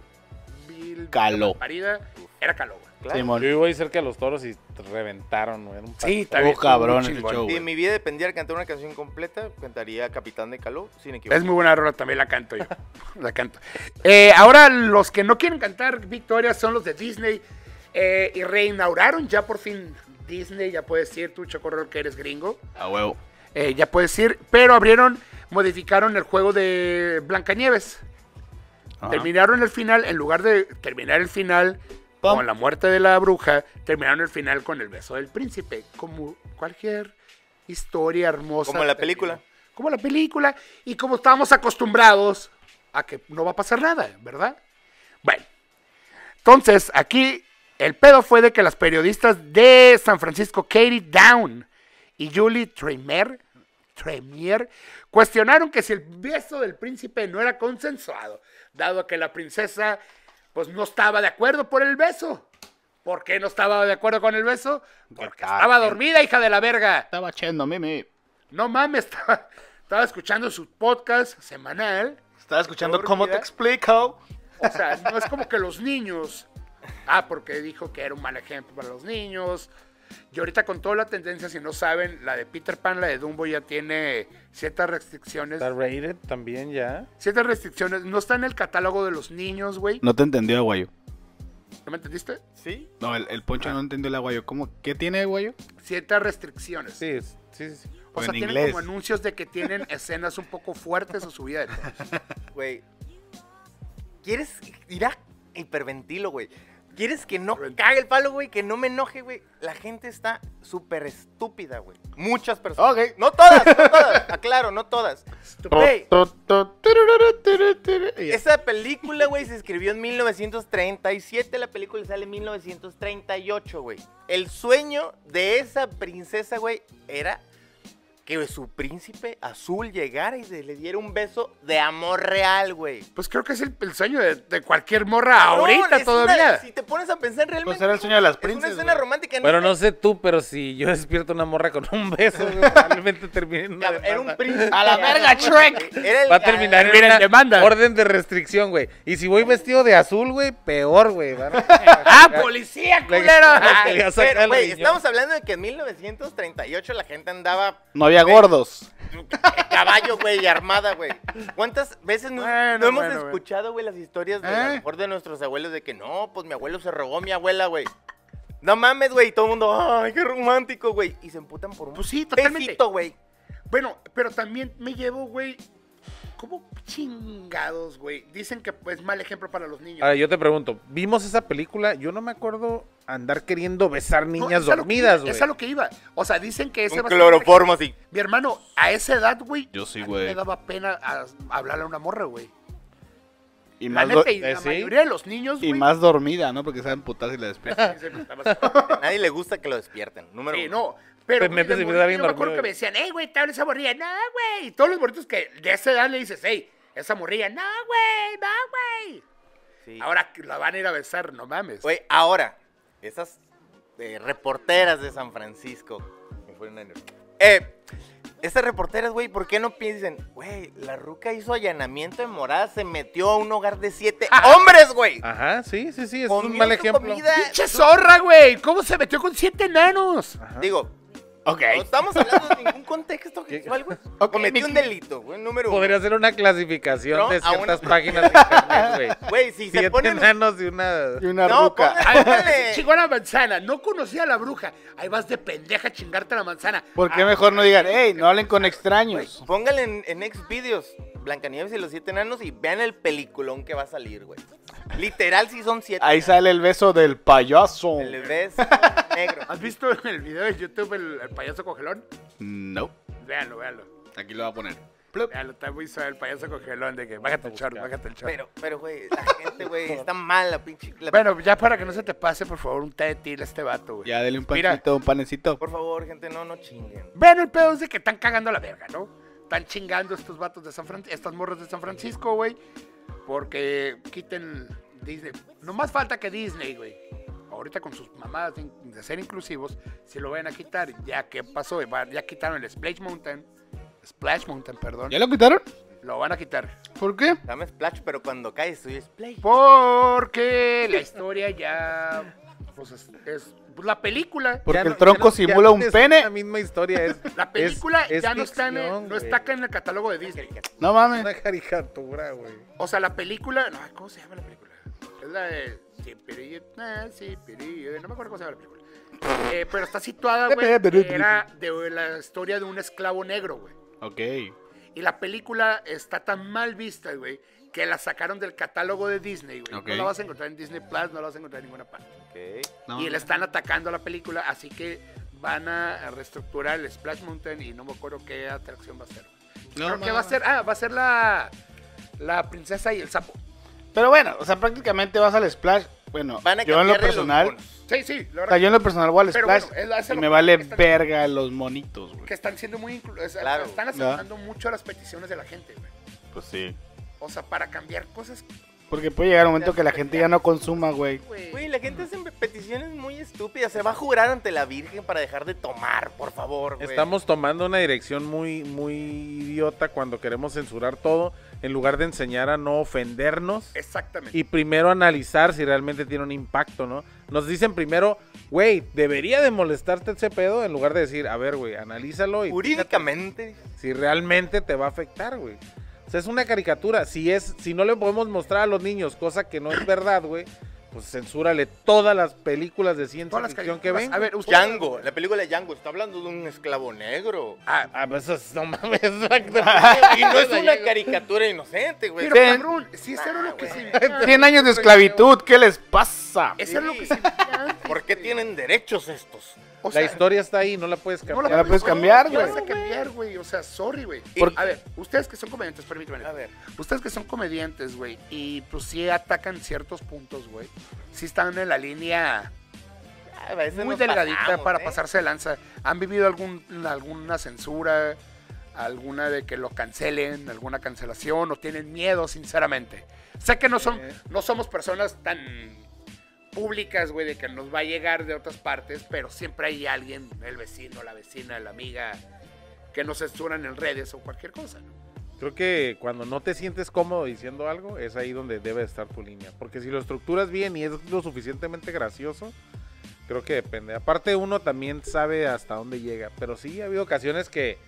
Speaker 1: Bill,
Speaker 3: Caló.
Speaker 1: Parida. Era Caló, güey.
Speaker 4: Claro.
Speaker 3: Simón.
Speaker 5: Yo iba ahí cerca de los toros y te reventaron, güey. era un
Speaker 1: Sí,
Speaker 5: pato.
Speaker 1: también.
Speaker 3: Oh, cabrón, ese
Speaker 1: chingón.
Speaker 3: show,
Speaker 4: Si
Speaker 3: güey.
Speaker 4: mi vida dependiera de cantar una canción completa, cantaría Capitán de Caló, sin equivocar.
Speaker 1: Es muy buena rola, también la canto yo. la canto. Eh, ahora, los que no quieren cantar Victoria son los de Disney. eh, y reinauguraron ya por fin Disney, ya puedes ir, tú Chocorrol que eres gringo,
Speaker 3: A huevo.
Speaker 1: eh, ya puedes ir, pero abrieron, modificaron el juego de Blancanieves.
Speaker 3: Ajá.
Speaker 1: Terminaron el final, en lugar de terminar el final
Speaker 3: Pum.
Speaker 1: con la muerte de la bruja, terminaron el final con el beso del príncipe, como cualquier historia hermosa.
Speaker 4: Como la
Speaker 1: termina.
Speaker 4: película.
Speaker 1: Como la película y como estábamos acostumbrados a que no va a pasar nada, ¿verdad? Bueno, entonces aquí el pedo fue de que las periodistas de San Francisco, Katie Down y Julie Tremer, Tremier, cuestionaron que si el beso del príncipe no era consensuado, dado que la princesa pues no estaba de acuerdo por el beso. ¿Por qué no estaba de acuerdo con el beso? Porque estaba dormida, hija de la verga.
Speaker 3: Estaba chendo, meme.
Speaker 1: No mames, estaba, estaba escuchando su podcast semanal.
Speaker 3: Estaba escuchando
Speaker 1: Dormida.
Speaker 3: cómo te explico.
Speaker 1: O sea, no es como que los niños. Ah, porque dijo que era un mal ejemplo para los niños. Y ahorita con toda la tendencia, si no saben, la de Peter Pan, la de Dumbo ya tiene ciertas restricciones.
Speaker 5: Está rated también ya.
Speaker 1: Ciertas restricciones. No está en el catálogo de los niños, güey.
Speaker 3: No te entendió, Aguayo.
Speaker 1: ¿No me entendiste?
Speaker 4: ¿Sí?
Speaker 3: No, el, el poncho no entendió el Aguayo. ¿Cómo? ¿Qué tiene, Aguayo?
Speaker 1: Ciertas restricciones.
Speaker 5: Sí, es- sí, sí. sí.
Speaker 1: o
Speaker 3: en
Speaker 1: sea, tienen
Speaker 3: inglés.
Speaker 1: como anuncios de que tienen escenas un poco fuertes o subida de tono.
Speaker 4: Güey. ¿Quieres ir a hiperventilo, güey? ¿Quieres que no cague el palo, güey? Que no me enoje, güey. La gente está súper estúpida, güey. Muchas personas.
Speaker 3: Ok.
Speaker 4: No todas, no todas. Aclaro, no todas. Güey,
Speaker 3: Tu, tu, turururu, turu, turu. Y ya.
Speaker 4: esa película, güey, se escribió en 1937. La película sale en 1938, güey. El sueño de esa princesa, güey, era que su príncipe azul llegara y se le diera un beso de amor real, güey.
Speaker 1: Pues creo que es el, el sueño de, de cualquier morra ahorita
Speaker 4: es una-
Speaker 1: todavía.
Speaker 4: si te pones a pensar realmente.
Speaker 3: Pues era el sueño de las
Speaker 4: Es una
Speaker 3: princes,
Speaker 4: escena
Speaker 3: güey.
Speaker 4: romántica.
Speaker 5: Bueno,
Speaker 4: neta.
Speaker 5: no sé tú, pero si yo despierto una morra con un beso, güey, probablemente termine en una
Speaker 4: Cabrón, Era un
Speaker 5: demanda.
Speaker 4: príncipe.
Speaker 1: A la verga, Shrek.
Speaker 4: Era el-
Speaker 5: Va a terminar en
Speaker 1: Termina en
Speaker 5: una
Speaker 1: demanda.
Speaker 5: orden de restricción, güey. Y si voy vestido de azul, güey, peor, güey. van a-
Speaker 1: ¡Ah, policía, culero!
Speaker 5: Ah,
Speaker 4: Ay,
Speaker 5: ya saca
Speaker 4: pero,
Speaker 5: el
Speaker 4: güey,
Speaker 5: riñón.
Speaker 4: estamos hablando de que en 1938 la gente andaba
Speaker 3: No había gordos.
Speaker 4: a caballo, güey, y armada, güey. ¿Cuántas veces no,
Speaker 1: Bueno,
Speaker 4: no hemos
Speaker 1: bueno, bueno.
Speaker 4: escuchado, güey, las historias de, a lo
Speaker 1: ¿Eh?
Speaker 4: mejor de nuestros abuelos de que no, pues mi abuelo se robó a mi abuela, güey? No mames, güey, y todo el mundo, ay, qué romántico, güey. Y se emputan por un
Speaker 1: Pues sí, totalmente.
Speaker 4: pesito, güey.
Speaker 1: Bueno, pero también me llevo, güey. ¿Cómo chingados, güey? Dicen que es mal ejemplo para los niños.
Speaker 5: Ahora, yo te pregunto, vimos esa película, yo no me acuerdo andar queriendo besar
Speaker 1: No,
Speaker 5: niñas
Speaker 1: es a lo que
Speaker 5: dormidas,
Speaker 1: iba,
Speaker 5: güey.
Speaker 1: Es a lo que iba. O sea, dicen que ese
Speaker 4: Un
Speaker 1: va a ser-
Speaker 4: cloroformo así.
Speaker 1: Mi hermano, a esa edad, güey.
Speaker 3: Yo sí,
Speaker 1: a mí
Speaker 3: güey.
Speaker 1: Me daba pena a- hablarle a una morra, güey.
Speaker 3: Y
Speaker 1: La
Speaker 3: más, do-
Speaker 1: neta, y la
Speaker 5: eh, sí.
Speaker 1: mayoría de los niños,
Speaker 3: y
Speaker 1: güey,
Speaker 3: más dormida, ¿no? Porque saben putas y la despiertan.
Speaker 1: siempre estabas-
Speaker 4: A nadie le gusta que lo despierten, número
Speaker 1: Sí,
Speaker 4: uno.
Speaker 1: no. Pero
Speaker 5: Te
Speaker 1: güey,
Speaker 5: metes
Speaker 1: de
Speaker 5: y ves a alguien
Speaker 1: morrillo, yo me acuerdo
Speaker 5: dormido,
Speaker 1: que me
Speaker 5: güey.
Speaker 1: decían, hey, güey, te hablas esa morrilla. No, güey. Y todos los morritos que de esa edad le dices, hey, esa morrilla. No, güey, no, güey.
Speaker 4: Sí.
Speaker 1: Ahora que la van a ir a besar, no mames.
Speaker 4: Güey, ahora, esas eh, reporteras de San Francisco. que fueron a- Eh, esas reporteras, güey, ¿por qué no piensan? Güey, la ruca hizo allanamiento en morada, se metió a un hogar de siete hombres, güey.
Speaker 5: Ajá, sí, sí, sí, es un
Speaker 4: Comió
Speaker 5: mal
Speaker 4: su
Speaker 5: ejemplo.
Speaker 4: comida.
Speaker 1: ¡Pinche zorra, güey! ¿Cómo se metió con siete enanos?
Speaker 4: Digo,
Speaker 1: Ok.
Speaker 4: no estamos hablando de ningún contexto sexual, güey.
Speaker 1: Ok,
Speaker 4: Cometió un
Speaker 1: Miki.
Speaker 4: delito, güey, número uno.
Speaker 5: Podría ser una clasificación
Speaker 4: No,
Speaker 5: de
Speaker 4: a
Speaker 5: ciertas
Speaker 4: una-
Speaker 5: páginas de internet, güey.
Speaker 4: Güey, si se
Speaker 5: Siete
Speaker 4: ponen...
Speaker 5: enanos y una...
Speaker 3: Y una
Speaker 4: No,
Speaker 3: ruca.
Speaker 4: pongan-
Speaker 1: Ay,
Speaker 4: pónganle-
Speaker 1: chingó la manzana, no conocía a la bruja. Ahí vas de pendeja a chingarte la manzana.
Speaker 3: ¿Por qué
Speaker 1: Ah,
Speaker 3: mejor no digan, hey, no hablen con extraños?
Speaker 4: Pónganle en, en ex videos Blancanieves y los siete enanos y vean el peliculón que va a salir, güey. Literal, si son siete.
Speaker 3: Ahí sale el beso del payaso.
Speaker 4: El beso negro.
Speaker 1: ¿Has visto en el video de YouTube el, el payaso congelón?
Speaker 3: No.
Speaker 1: Véanlo, véanlo.
Speaker 3: Aquí lo va a poner.
Speaker 1: Véanlo, está muy suave el payaso congelón de que bájate el chorro, bájate el chorro.
Speaker 4: Pero, pero, güey, la gente, güey, está mala, pinche. la-
Speaker 1: Bueno, ya para que no se te pase, por favor, un té de tila a este vato, güey.
Speaker 3: Ya, dele un
Speaker 1: Mira.
Speaker 3: panecito, un panecito.
Speaker 4: Por favor, gente, no, no chinguen.
Speaker 1: Bueno, el pedo es de que están cagando la verga, ¿no? Están chingando estos vatos de San Francisco, estas morras de San Francisco, güey. Porque quiten Disney. No más falta que Disney, güey. Ahorita con sus mamadas de, in- de ser inclusivos, si lo vayan a quitar, ya que pasó, Va- ya quitaron el Splash Mountain. Splash Mountain, perdón.
Speaker 3: ¿Ya lo quitaron?
Speaker 1: Lo van a quitar.
Speaker 3: ¿Por qué?
Speaker 4: Dame splash, pero cuando caes, tú es play.
Speaker 1: Porque la historia ya. Pues es, es- pues, la película.
Speaker 3: Porque
Speaker 5: Ya
Speaker 3: el
Speaker 5: no-
Speaker 3: tronco
Speaker 5: ya no- ya
Speaker 3: simula
Speaker 5: no
Speaker 3: un
Speaker 5: es
Speaker 3: pene.
Speaker 5: La misma historia es.
Speaker 1: La película
Speaker 5: es- es
Speaker 1: ya no, está en
Speaker 5: ficción,
Speaker 1: el, no
Speaker 5: güey.
Speaker 1: está acá en el catálogo de Disney.
Speaker 3: No
Speaker 5: Es
Speaker 3: mames.
Speaker 5: una caricatura, güey.
Speaker 1: O sea, la película. No, ¿Cómo se llama la película? Es la de. Sipiri, eh, sipiri, eh, No me acuerdo cómo se llama la película. Eh, pero está situada, güey. Era de la historia de un esclavo negro, güey.
Speaker 3: Ok.
Speaker 1: Y la película está tan mal vista, güey, que la sacaron del catálogo de Disney, güey.
Speaker 3: Ok.
Speaker 1: No la vas a encontrar en Disney Plus, no la vas a encontrar en ninguna parte.
Speaker 3: No
Speaker 1: y le
Speaker 3: mames.
Speaker 1: están atacando a la película, así que van a reestructurar el Splash Mountain y no me acuerdo qué atracción va a ser.
Speaker 3: No
Speaker 1: Creo que va a
Speaker 3: mames.
Speaker 1: ser, ah, va a ser la, la princesa y el sapo.
Speaker 3: Pero bueno, o sea, prácticamente vas al splash. Bueno,
Speaker 4: Van a
Speaker 3: yo en lo
Speaker 4: cambiarle los
Speaker 3: personal.
Speaker 4: bonos.
Speaker 1: Sí, sí, la
Speaker 3: O sea,
Speaker 1: verdad
Speaker 3: yo en lo personal voy al
Speaker 1: Pero
Speaker 3: splash.
Speaker 1: bueno, él hace
Speaker 3: y
Speaker 1: lo
Speaker 3: me
Speaker 1: que-
Speaker 3: vale
Speaker 1: está-
Speaker 3: verga los monitos, güey.
Speaker 1: que están siendo muy inclu- o sea,
Speaker 4: Claro.
Speaker 1: están aceptando mucho las peticiones de la gente, güey.
Speaker 3: Pues sí.
Speaker 1: O sea, para cambiar cosas,
Speaker 3: Porque puede llegar un momento que la gente ya no consuma, güey.
Speaker 4: Güey, la gente hace peticiones muy estúpidas. Se va a jurar ante la Virgen para dejar de tomar, por favor, güey.
Speaker 5: Estamos tomando una dirección muy, muy idiota cuando queremos censurar todo, en lugar de enseñar a no ofendernos
Speaker 1: Exactamente.
Speaker 5: y primero analizar si realmente tiene un impacto, ¿no? Nos dicen primero, güey, debería de molestarte ese pedo, en lugar de decir, a ver, güey, analízalo y fíjate
Speaker 4: Jurídicamente.
Speaker 5: si realmente te va a afectar, güey. O sea, es una caricatura. Si es, si no le podemos mostrar a los niños cosa que no es verdad, güey, pues censúrale todas las películas de ciencia
Speaker 1: Todas las
Speaker 5: ficción
Speaker 1: caricaturas.
Speaker 5: que ven.
Speaker 1: A ver, usted.
Speaker 4: Django, la película de Django está hablando de un esclavo negro.
Speaker 1: Ah,
Speaker 5: Ah, pues eso es- no mames, exacto.
Speaker 4: Y no es una caricatura inocente, güey.
Speaker 1: pero cabrón, si eso era lo que se.
Speaker 3: 100 años de esclavitud, ¿qué les pasa?
Speaker 1: Eso era lo que
Speaker 4: Sí.
Speaker 1: se.
Speaker 4: ¿Por qué tienen derechos estos?
Speaker 1: O
Speaker 5: La
Speaker 1: sea,
Speaker 5: historia está ahí, no la puedes cambiar.
Speaker 3: la puedes cambiar,
Speaker 1: no la
Speaker 3: güey.
Speaker 1: vas a cambiar, güey. O sea, sorry, güey.
Speaker 4: Por-
Speaker 1: A ver, ustedes que son comediantes, permítame.
Speaker 4: A ver.
Speaker 1: Ustedes que son comediantes, güey, y pues sí atacan ciertos puntos, güey. Sí están en la línea
Speaker 4: ah, a veces
Speaker 1: muy
Speaker 4: nos
Speaker 1: delgadita
Speaker 4: pasamos,
Speaker 1: para
Speaker 4: ¿eh?
Speaker 1: pasarse de lanza. ¿Han vivido algún, alguna censura, alguna de que lo cancelen, alguna cancelación o tienen miedo, sinceramente? Sé que no, son, no somos personas tan públicas, güey, de que nos va a llegar de otras partes, pero siempre hay alguien, el vecino, la vecina, la amiga, que nos censuran en redes o cualquier cosa. ¿no?
Speaker 5: Creo que cuando no te sientes cómodo diciendo algo, es ahí donde debe estar tu línea. Porque si lo estructuras bien y es lo suficientemente gracioso, creo que depende. Aparte, uno también sabe hasta dónde llega. Pero sí, ha habido ocasiones que,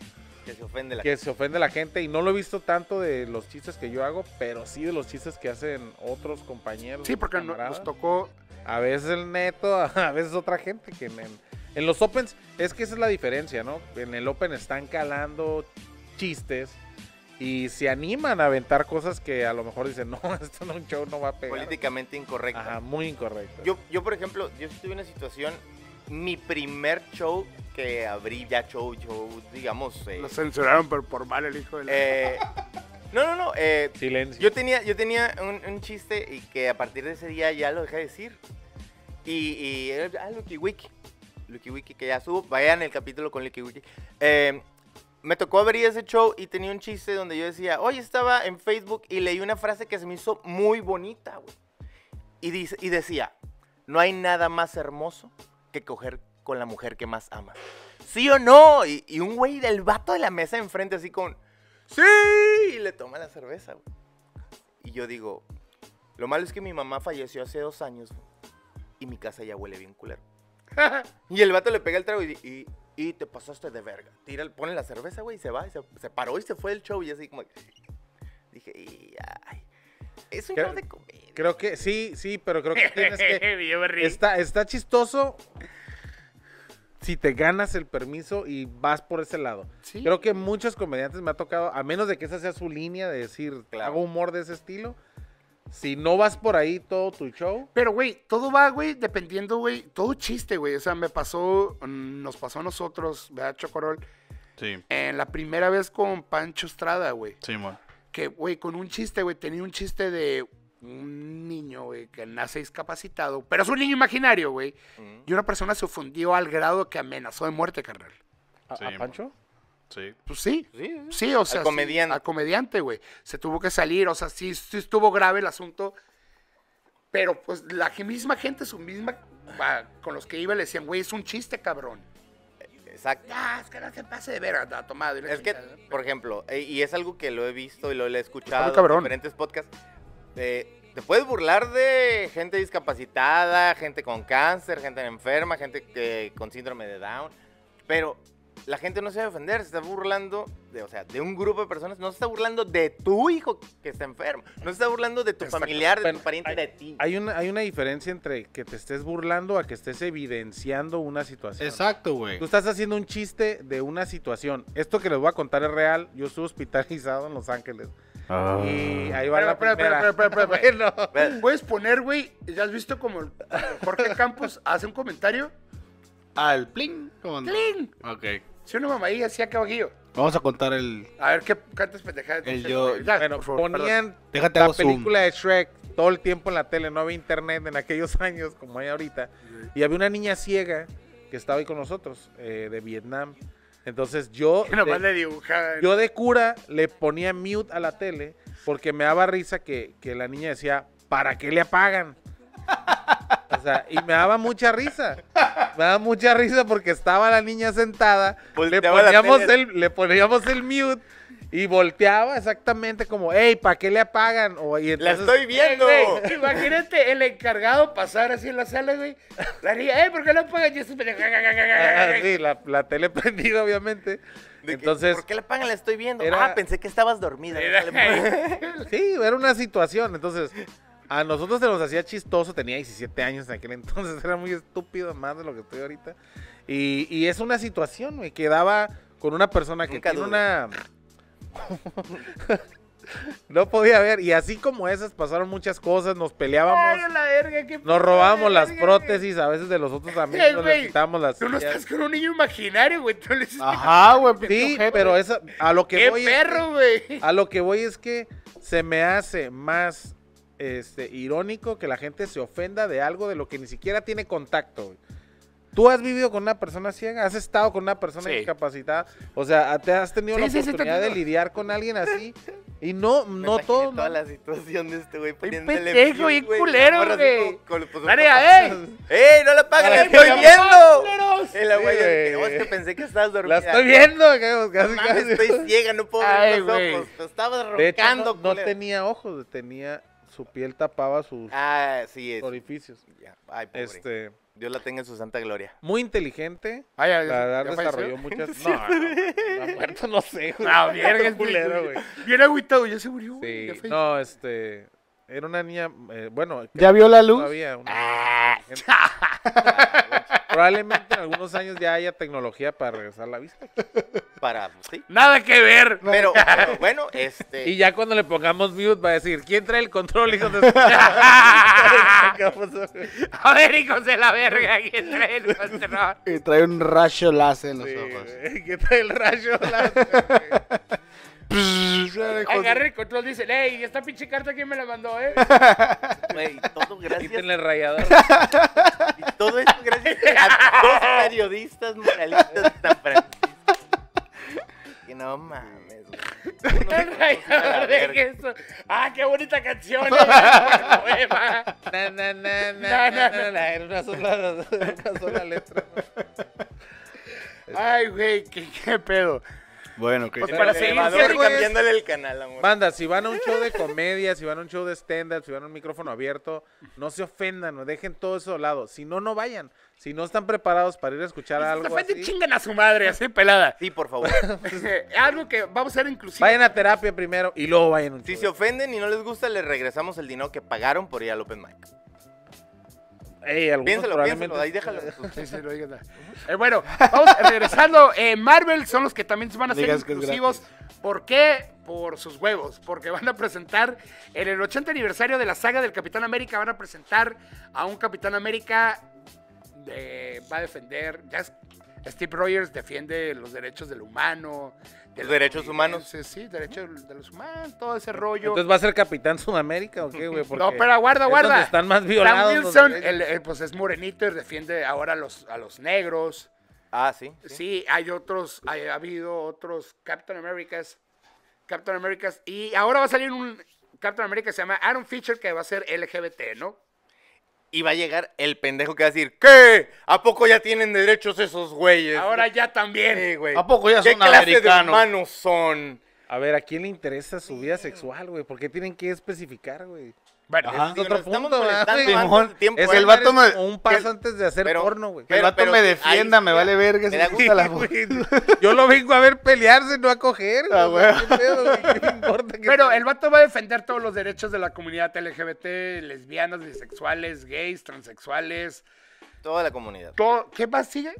Speaker 4: Que se ofende la
Speaker 5: que se ofende la gente y no lo he visto tanto de los chistes que yo hago, pero sí de los chistes que hacen otros compañeros.
Speaker 1: Sí, porque no-
Speaker 5: camaradas.
Speaker 1: nos tocó
Speaker 5: A veces el neto, a veces otra gente que en, en- en los opens, es que esa es la diferencia, ¿no? En el open están calando chistes y se animan a aventar cosas que a lo mejor dicen, no, esto en un show no va a pegar.
Speaker 4: políticamente incorrecta.
Speaker 5: Ajá, muy incorrecto.
Speaker 4: Yo, yo, por ejemplo, yo sí tuve una situación, mi primer show que abrí, ya show, show, digamos... eh,
Speaker 1: Lo censuraron, pero por mal el hijo de la...
Speaker 4: eh, no, no, no, eh,
Speaker 5: Silencio.
Speaker 4: yo tenía, yo tenía un, un chiste y que a partir de ese día ya lo dejé de decir. Y, y era, ah, Lucky Wiki, Lucky Wiki que ya subo, vayan el capítulo con Lucky Wiki. Eh, me tocó abrir ese show y tenía un chiste donde yo decía, hoy estaba en Facebook y leí una frase que se me hizo muy bonita, güey. Y, dice, y decía, no hay nada más hermoso que coger con la mujer que más amas. ¿Sí o no? Y, y un güey del vato de la mesa enfrente así con, sí, y le toma la cerveza, güey. Y yo digo, lo malo es que mi mamá falleció hace dos años güey, y mi casa ya huele bien culero. y el vato le pega el trago y, y- y te pasaste de verga. Tira, el- pone la cerveza, güey, y se va. y se, se paró y se fue del show y así como... Dije, y, ay, es un
Speaker 5: Creo-
Speaker 4: show de comedia.
Speaker 5: Creo que sí, sí, pero creo que tienes que...
Speaker 1: Yo me reí.
Speaker 5: Está, está chistoso si te ganas el permiso y vas por ese lado.
Speaker 1: Sí.
Speaker 5: Creo que muchos comediantes me ha tocado, a menos de que esa sea su línea de decir,
Speaker 4: Claro.
Speaker 5: hago humor de ese estilo, si no vas por ahí todo tu show,
Speaker 1: Pero, güey, todo va, güey, dependiendo, güey, todo chiste, güey. O sea, me pasó, mm, nos pasó a nosotros, ¿verdad, Chocorol?
Speaker 3: Sí,
Speaker 1: En la primera vez con Pancho Estrada, güey.
Speaker 3: sí, mon.
Speaker 1: Que, güey, con un chiste, güey, tenía un chiste de un niño, güey, que nace discapacitado. Pero es un niño imaginario, güey.
Speaker 4: Mm.
Speaker 1: Y una persona se ofendió al grado que amenazó de muerte, carnal.
Speaker 5: a,
Speaker 3: Sí,
Speaker 5: a
Speaker 3: mo.
Speaker 5: Pancho.
Speaker 3: Sí.
Speaker 1: Pues sí.
Speaker 4: Sí, sí.
Speaker 1: Sí, o sea. sí,
Speaker 4: comediante.
Speaker 1: al comediante, güey. Se tuvo que salir, o sea, sí, sí estuvo grave el asunto. Pero pues la que- misma gente, su misma. ah, con los que iba le decían, güey, es un chiste, cabrón.
Speaker 4: Exacto.
Speaker 1: Ah, es que no se pase de verga, está tomado. y la
Speaker 4: Es que,
Speaker 1: chingada, ¿no?
Speaker 4: por ejemplo, e- y es algo que lo he visto y lo lo he escuchado en
Speaker 1: cabrón.
Speaker 4: diferentes podcasts, eh, te puedes burlar de gente discapacitada, gente con cáncer, gente enferma, gente que, con síndrome de Down, pero la gente no se va a ofender, se está burlando de, o sea, de un grupo de personas, no se está burlando de tu hijo que está enfermo, no se está burlando de tu
Speaker 1: Exacto.
Speaker 4: familiar, de
Speaker 5: Pero
Speaker 4: tu pariente, de ti.
Speaker 5: Hay una, hay una diferencia entre que te estés burlando a que estés evidenciando una situación.
Speaker 3: Exacto, güey.
Speaker 5: Tú estás haciendo un chiste de una situación. Esto que les voy a contar es real. Yo estuve hospitalizado en Los Ángeles. Y ahí va
Speaker 1: Espera, espera,
Speaker 5: la
Speaker 1: espera, espera,
Speaker 5: primera.
Speaker 1: espera, espera.
Speaker 5: Bueno.
Speaker 4: Ve,
Speaker 1: Puedes poner, güey, ya has visto como el- Jorge Campos hace un comentario.
Speaker 3: Al pling. ¿cómo no?
Speaker 1: ¡Tling!
Speaker 3: Ok.
Speaker 1: Si una mamá ahí hacía cabajillo.
Speaker 3: Vamos a contar el.
Speaker 1: A ver qué cantas pendejadas.
Speaker 3: El
Speaker 1: dices,
Speaker 3: yo-
Speaker 1: güey? Ya,
Speaker 5: Eh, Bueno,
Speaker 1: por favor, perdón.
Speaker 5: ponían
Speaker 3: Déjate
Speaker 5: la
Speaker 3: hago zoom.
Speaker 5: película de Shrek todo el tiempo en la tele, no había internet en aquellos años como hay ahorita. Y había una niña ciega que estaba ahí con nosotros, eh, de Vietnam. Entonces yo,
Speaker 1: Que nomás
Speaker 5: de,
Speaker 1: le dibujaba.
Speaker 5: yo de cura le ponía mute a la tele porque me daba risa que, que la niña decía, ¿para qué le apagan? O sea, y me daba mucha risa. Me daba mucha risa porque estaba la niña sentada. Le
Speaker 4: Volteaba la
Speaker 5: poníamos,
Speaker 4: tele.
Speaker 5: el, le poníamos el mute y volteaba exactamente como, hey, ¿para qué le apagan? O, y
Speaker 4: La
Speaker 5: entonces,
Speaker 4: estoy viendo.
Speaker 1: Eh, Güey, imagínate el encargado pasar así en la sala, güey. La niña, ¡eh, ¿por qué no pagan? Y ese pendejo,
Speaker 5: ah, sí, la, la tele prendida, obviamente.
Speaker 4: de que,
Speaker 5: Entonces,
Speaker 4: ¿Por qué la pagan? La estoy viendo.
Speaker 5: era-
Speaker 4: Ah, pensé que estabas dormida. pues.
Speaker 5: sí, era una situación. Entonces, a nosotros se nos hacía chistoso. Tenía 17 años en aquel entonces. Era muy estúpido, más de lo que estoy ahorita. Y, y es una situación, me quedaba con una persona que
Speaker 4: Nunca
Speaker 5: tiene
Speaker 4: dudes.
Speaker 5: una. no podía ver. Y así como esas, pasaron muchas cosas. Nos
Speaker 1: ¡Ay,
Speaker 5: peleábamos.
Speaker 1: a la verga! qué
Speaker 5: Nos robamos las
Speaker 1: verga,
Speaker 5: prótesis a veces de los otros amigos.
Speaker 1: güey,
Speaker 5: les quitamos las.
Speaker 1: Tú no
Speaker 5: sillas.
Speaker 1: estás con un niño imaginario, güey. Tú le dices,
Speaker 3: Ajá, güey. pinche
Speaker 5: Sí,
Speaker 3: ojete.
Speaker 5: pero esa, a Ah, lo Ah, que
Speaker 1: ¡Qué
Speaker 5: voy es que-
Speaker 1: perro, güey!
Speaker 5: A lo que voy es que se me hace más este, irónico que la gente se ofenda de algo de lo que ni siquiera tiene contacto. güey. Tú has vivido con una persona ciega, has estado con una persona
Speaker 1: Sí.
Speaker 5: discapacitada, o sea, te has tenido
Speaker 1: Sí,
Speaker 5: la
Speaker 1: sí, sí, te
Speaker 5: oportunidad de
Speaker 1: entiendo.
Speaker 5: lidiar con alguien así y no,
Speaker 4: Me
Speaker 5: no
Speaker 4: imaginé
Speaker 5: todos.
Speaker 4: Toda
Speaker 5: ¿no?
Speaker 4: la situación de este güey poniéndole.
Speaker 1: pendejo,
Speaker 4: views,
Speaker 1: bien
Speaker 4: güey,
Speaker 1: culero,
Speaker 4: la morra así
Speaker 1: güey.
Speaker 4: como con- pues,
Speaker 1: Tarea, ¡eh!
Speaker 4: ¡Ey, no la pagan!
Speaker 5: Para
Speaker 4: ¡La
Speaker 5: que
Speaker 4: estoy
Speaker 5: vean,
Speaker 4: viendo! El
Speaker 5: Sí,
Speaker 4: agua yo
Speaker 5: güey.
Speaker 4: dije, "Oh, es que pensé que estabas dormida.
Speaker 5: La estoy viendo, casi,
Speaker 4: No
Speaker 5: casi.
Speaker 4: mames, estoy ciega, no puedo
Speaker 1: Ay,
Speaker 4: ver los
Speaker 1: güey.
Speaker 4: ojos. Te estabas rocando,
Speaker 5: De hecho, no, no
Speaker 4: culero.
Speaker 5: tenía ojos, tenía su piel tapaba sus
Speaker 4: Ah, sí es.
Speaker 5: orificios.
Speaker 4: Ya, Ay, pobre.
Speaker 5: Este,
Speaker 4: Dios la tenga en su santa gloria.
Speaker 5: muy inteligente.
Speaker 1: Ay,
Speaker 5: La
Speaker 1: ay,
Speaker 5: verdad
Speaker 1: ¿ya falleció?
Speaker 5: desarrolló muchas. No, no, no, ha muerto, no sé. güey.
Speaker 1: No, verga, es
Speaker 5: culero, güey.
Speaker 1: Bien agüitado, ya se murió. güey,
Speaker 5: Sí,
Speaker 1: ya falleció.
Speaker 5: no, este, era una niña, eh, bueno, que
Speaker 3: ¿Ya vio la luz?
Speaker 5: todavía una-
Speaker 1: Ah,
Speaker 5: probablemente en algunos años ya haya tecnología para regresar la vista.
Speaker 4: Para, sí.
Speaker 1: Nada que ver.
Speaker 4: Pero, pero bueno, este.
Speaker 5: Y ya cuando le pongamos mute va a decir, ¿quién trae el control, hijos de su-?"
Speaker 1: A ver, hijos de la verga, ¿quién trae el control?
Speaker 3: Y trae un rayo láser en los
Speaker 5: Sí,
Speaker 3: ojos.
Speaker 5: güey, ¿Quién trae el rayo?
Speaker 1: Agarra el control, dicen, ey, esta pinche carta, ¿quién me la mandó, eh?
Speaker 4: Güey, todo gracias.
Speaker 5: Quítenle el rayador.
Speaker 4: Y todo esto gracias a dos periodistas moralistas de San Francisco. Que no mames, güey. Uno se
Speaker 1: El rayador
Speaker 4: consigue la
Speaker 1: de
Speaker 4: verga.
Speaker 1: queso. Ah, qué bonita canción. eh, qué poema.
Speaker 5: na, na, na,
Speaker 1: Na, na,
Speaker 5: na, na, na, na, en una sola, una sola letra. ¿no?
Speaker 1: Ay, güey, qué, qué pedo.
Speaker 3: Bueno,
Speaker 1: Pues
Speaker 3: Cristian.
Speaker 1: para
Speaker 4: El
Speaker 1: seguir
Speaker 4: elevador
Speaker 1: siendo-
Speaker 4: cambiándole el canal, amor.
Speaker 5: Manda, si van a un show de comedia, si van a un show de stand-up, si van a un micrófono abierto, no se ofendan, no dejen todo eso de lado. Si no, no vayan. Si no están preparados para ir a escuchar
Speaker 1: Pues, Se
Speaker 5: algo
Speaker 1: fue de
Speaker 5: así,
Speaker 1: chingan a su madre, así pelada.
Speaker 4: Sí, por favor.
Speaker 1: eh, Algo que vamos a ser inclusivos.
Speaker 5: vayan a terapia primero y luego vayan a un
Speaker 4: Si se
Speaker 5: show.
Speaker 4: ofenden y no les gusta, les regresamos el dinero que pagaron por ir al Open Mic.
Speaker 5: Ey, algunos
Speaker 4: Piénsalo,
Speaker 5: probablemente-
Speaker 4: piénsalo, ahí déjalo.
Speaker 1: Sí, sí, lo digas, nada. Eh, bueno, vamos eh, regresando. eh, Marvel son los que también van a ser
Speaker 3: Digas que es
Speaker 1: inclusivos. ¿Por qué? Por sus huevos. Porque van a presentar, en el 80 aniversario de la saga del Capitán América, van a presentar a un Capitán América. de- va a defender. Ya es- Steve Rogers defiende los derechos del humano. de
Speaker 4: Los derechos humanos.
Speaker 1: Sí, sí, derechos de los humanos, todo ese rollo.
Speaker 5: Entonces va a ser capitán Sudamérica o qué, güey.
Speaker 1: No,
Speaker 5: Porque
Speaker 1: pero aguarda,
Speaker 5: es
Speaker 1: guarda.
Speaker 5: donde están más violados.
Speaker 1: Sam
Speaker 5: los
Speaker 1: Wilson,
Speaker 5: derechos.
Speaker 1: el- eh, pues es morenito y defiende ahora a los, a los negros.
Speaker 4: Ah, sí.
Speaker 1: Sí, hay otros, hay- ha habido otros Captain Americas, Captain Americas, y ahora va a salir un Captain America que se llama Aaron Fisher, que va a ser LGBT, ¿no?
Speaker 4: Y va a llegar el pendejo que va a decir, ¿qué? ¿A poco ya tienen derechos esos güeyes?
Speaker 1: Ahora ya también.
Speaker 4: Sí, güey.
Speaker 3: ¿A poco ya
Speaker 4: ¿Qué
Speaker 3: son
Speaker 4: clase de
Speaker 3: americanos?
Speaker 4: humanos son?
Speaker 5: A ver, ¿a quién le interesa su vida sexual, güey? ¿Por qué tienen que especificar, güey?
Speaker 1: Bueno,
Speaker 3: Ajá.
Speaker 5: Es otro
Speaker 4: nos estamos
Speaker 5: punto, ¿verdad,
Speaker 4: molestando
Speaker 5: güey?
Speaker 4: antes del
Speaker 5: Simón,
Speaker 4: tiempo,
Speaker 5: es
Speaker 4: ¿eh?
Speaker 5: el vato me... un paso
Speaker 4: que-
Speaker 5: antes de hacer
Speaker 4: pero-
Speaker 5: porno, güey.
Speaker 3: Que el vato
Speaker 4: pero-
Speaker 3: me
Speaker 4: ahí-
Speaker 3: defienda, me
Speaker 4: mira,
Speaker 3: vale verga.
Speaker 4: me
Speaker 3: si
Speaker 4: da
Speaker 3: me
Speaker 4: gusto.
Speaker 3: gusta la voz.
Speaker 5: Güey, Yo lo vengo a ver pelearse, no a coger.
Speaker 3: Ah,
Speaker 5: güey.
Speaker 3: güey.
Speaker 5: ¿Qué pedo, güey? ¿Qué me importa que-
Speaker 1: pero el vato va a defender todos los derechos de la comunidad LGBT, lesbianas, bisexuales, gays, transexuales,
Speaker 4: Toda la comunidad.
Speaker 1: todo. ¿Qué más sigue?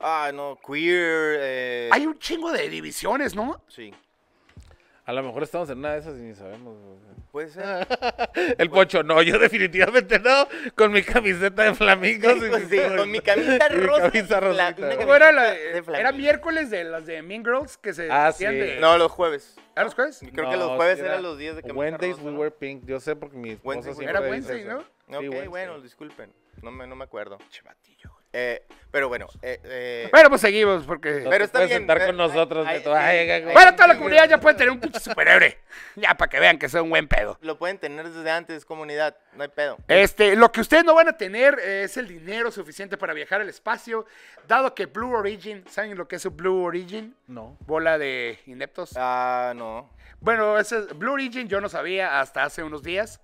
Speaker 4: Ah, no, queer. Eh...
Speaker 1: Hay un chingo de divisiones, ¿no?
Speaker 4: Sí,
Speaker 5: A lo mejor estamos en una de esas y ni sabemos, güey.
Speaker 4: puede
Speaker 1: Ah.
Speaker 4: ser.
Speaker 5: El poncho, no, yo definitivamente no. Con mi camiseta de flamingos. y
Speaker 4: Pues
Speaker 5: mis-
Speaker 4: sí, con mi camisa
Speaker 5: Y mi
Speaker 4: rosa. la- una
Speaker 5: camisa rosita, güey.
Speaker 4: camisa
Speaker 1: ¿Cómo era la-
Speaker 4: de flamingo.
Speaker 1: era miércoles de las de Mean Girls que se
Speaker 5: Ah,
Speaker 1: hacían
Speaker 5: sí.
Speaker 1: de-
Speaker 4: No, los jueves.
Speaker 1: ¿Era los jueves?
Speaker 4: Creo que los
Speaker 5: No,
Speaker 4: jueves
Speaker 5: era
Speaker 4: eran los días de camisa
Speaker 5: Wednesdays
Speaker 4: rosa,
Speaker 5: we
Speaker 4: ¿no?
Speaker 5: wear pink. Yo sé porque mi esposa
Speaker 4: Wednesdays we-
Speaker 5: siempre
Speaker 1: Era
Speaker 5: dice
Speaker 1: Wednesday,
Speaker 5: eso.
Speaker 1: ¿no?
Speaker 5: Sí,
Speaker 4: Ok,
Speaker 5: Wednesday.
Speaker 4: bueno, disculpen. No me, no me acuerdo. Eh, pero bueno, eh, eh,
Speaker 1: Bueno, pues seguimos porque...
Speaker 5: No
Speaker 4: Pero
Speaker 5: te
Speaker 4: está
Speaker 5: puedes
Speaker 4: bien,
Speaker 5: sentar
Speaker 4: pero-
Speaker 5: con nosotros.
Speaker 4: ay,
Speaker 5: Beto.
Speaker 4: ay,
Speaker 5: Ay,
Speaker 4: ay,
Speaker 5: ay, ay.
Speaker 1: Bueno, toda la comunidad ya puede tener un pinche superhéroe. Ya, para que vean que sea un buen pedo.
Speaker 4: lo pueden tener desde antes, comunidad. No hay pedo.
Speaker 1: Este, lo que ustedes no van a tener eh, es el dinero suficiente para viajar al espacio, dado que Blue Origin, ¿saben lo que es un Blue Origin?
Speaker 5: No.
Speaker 1: Bola de ineptos.
Speaker 4: Ah, no.
Speaker 1: Bueno, ese es- Blue Origin yo no sabía hasta hace unos días.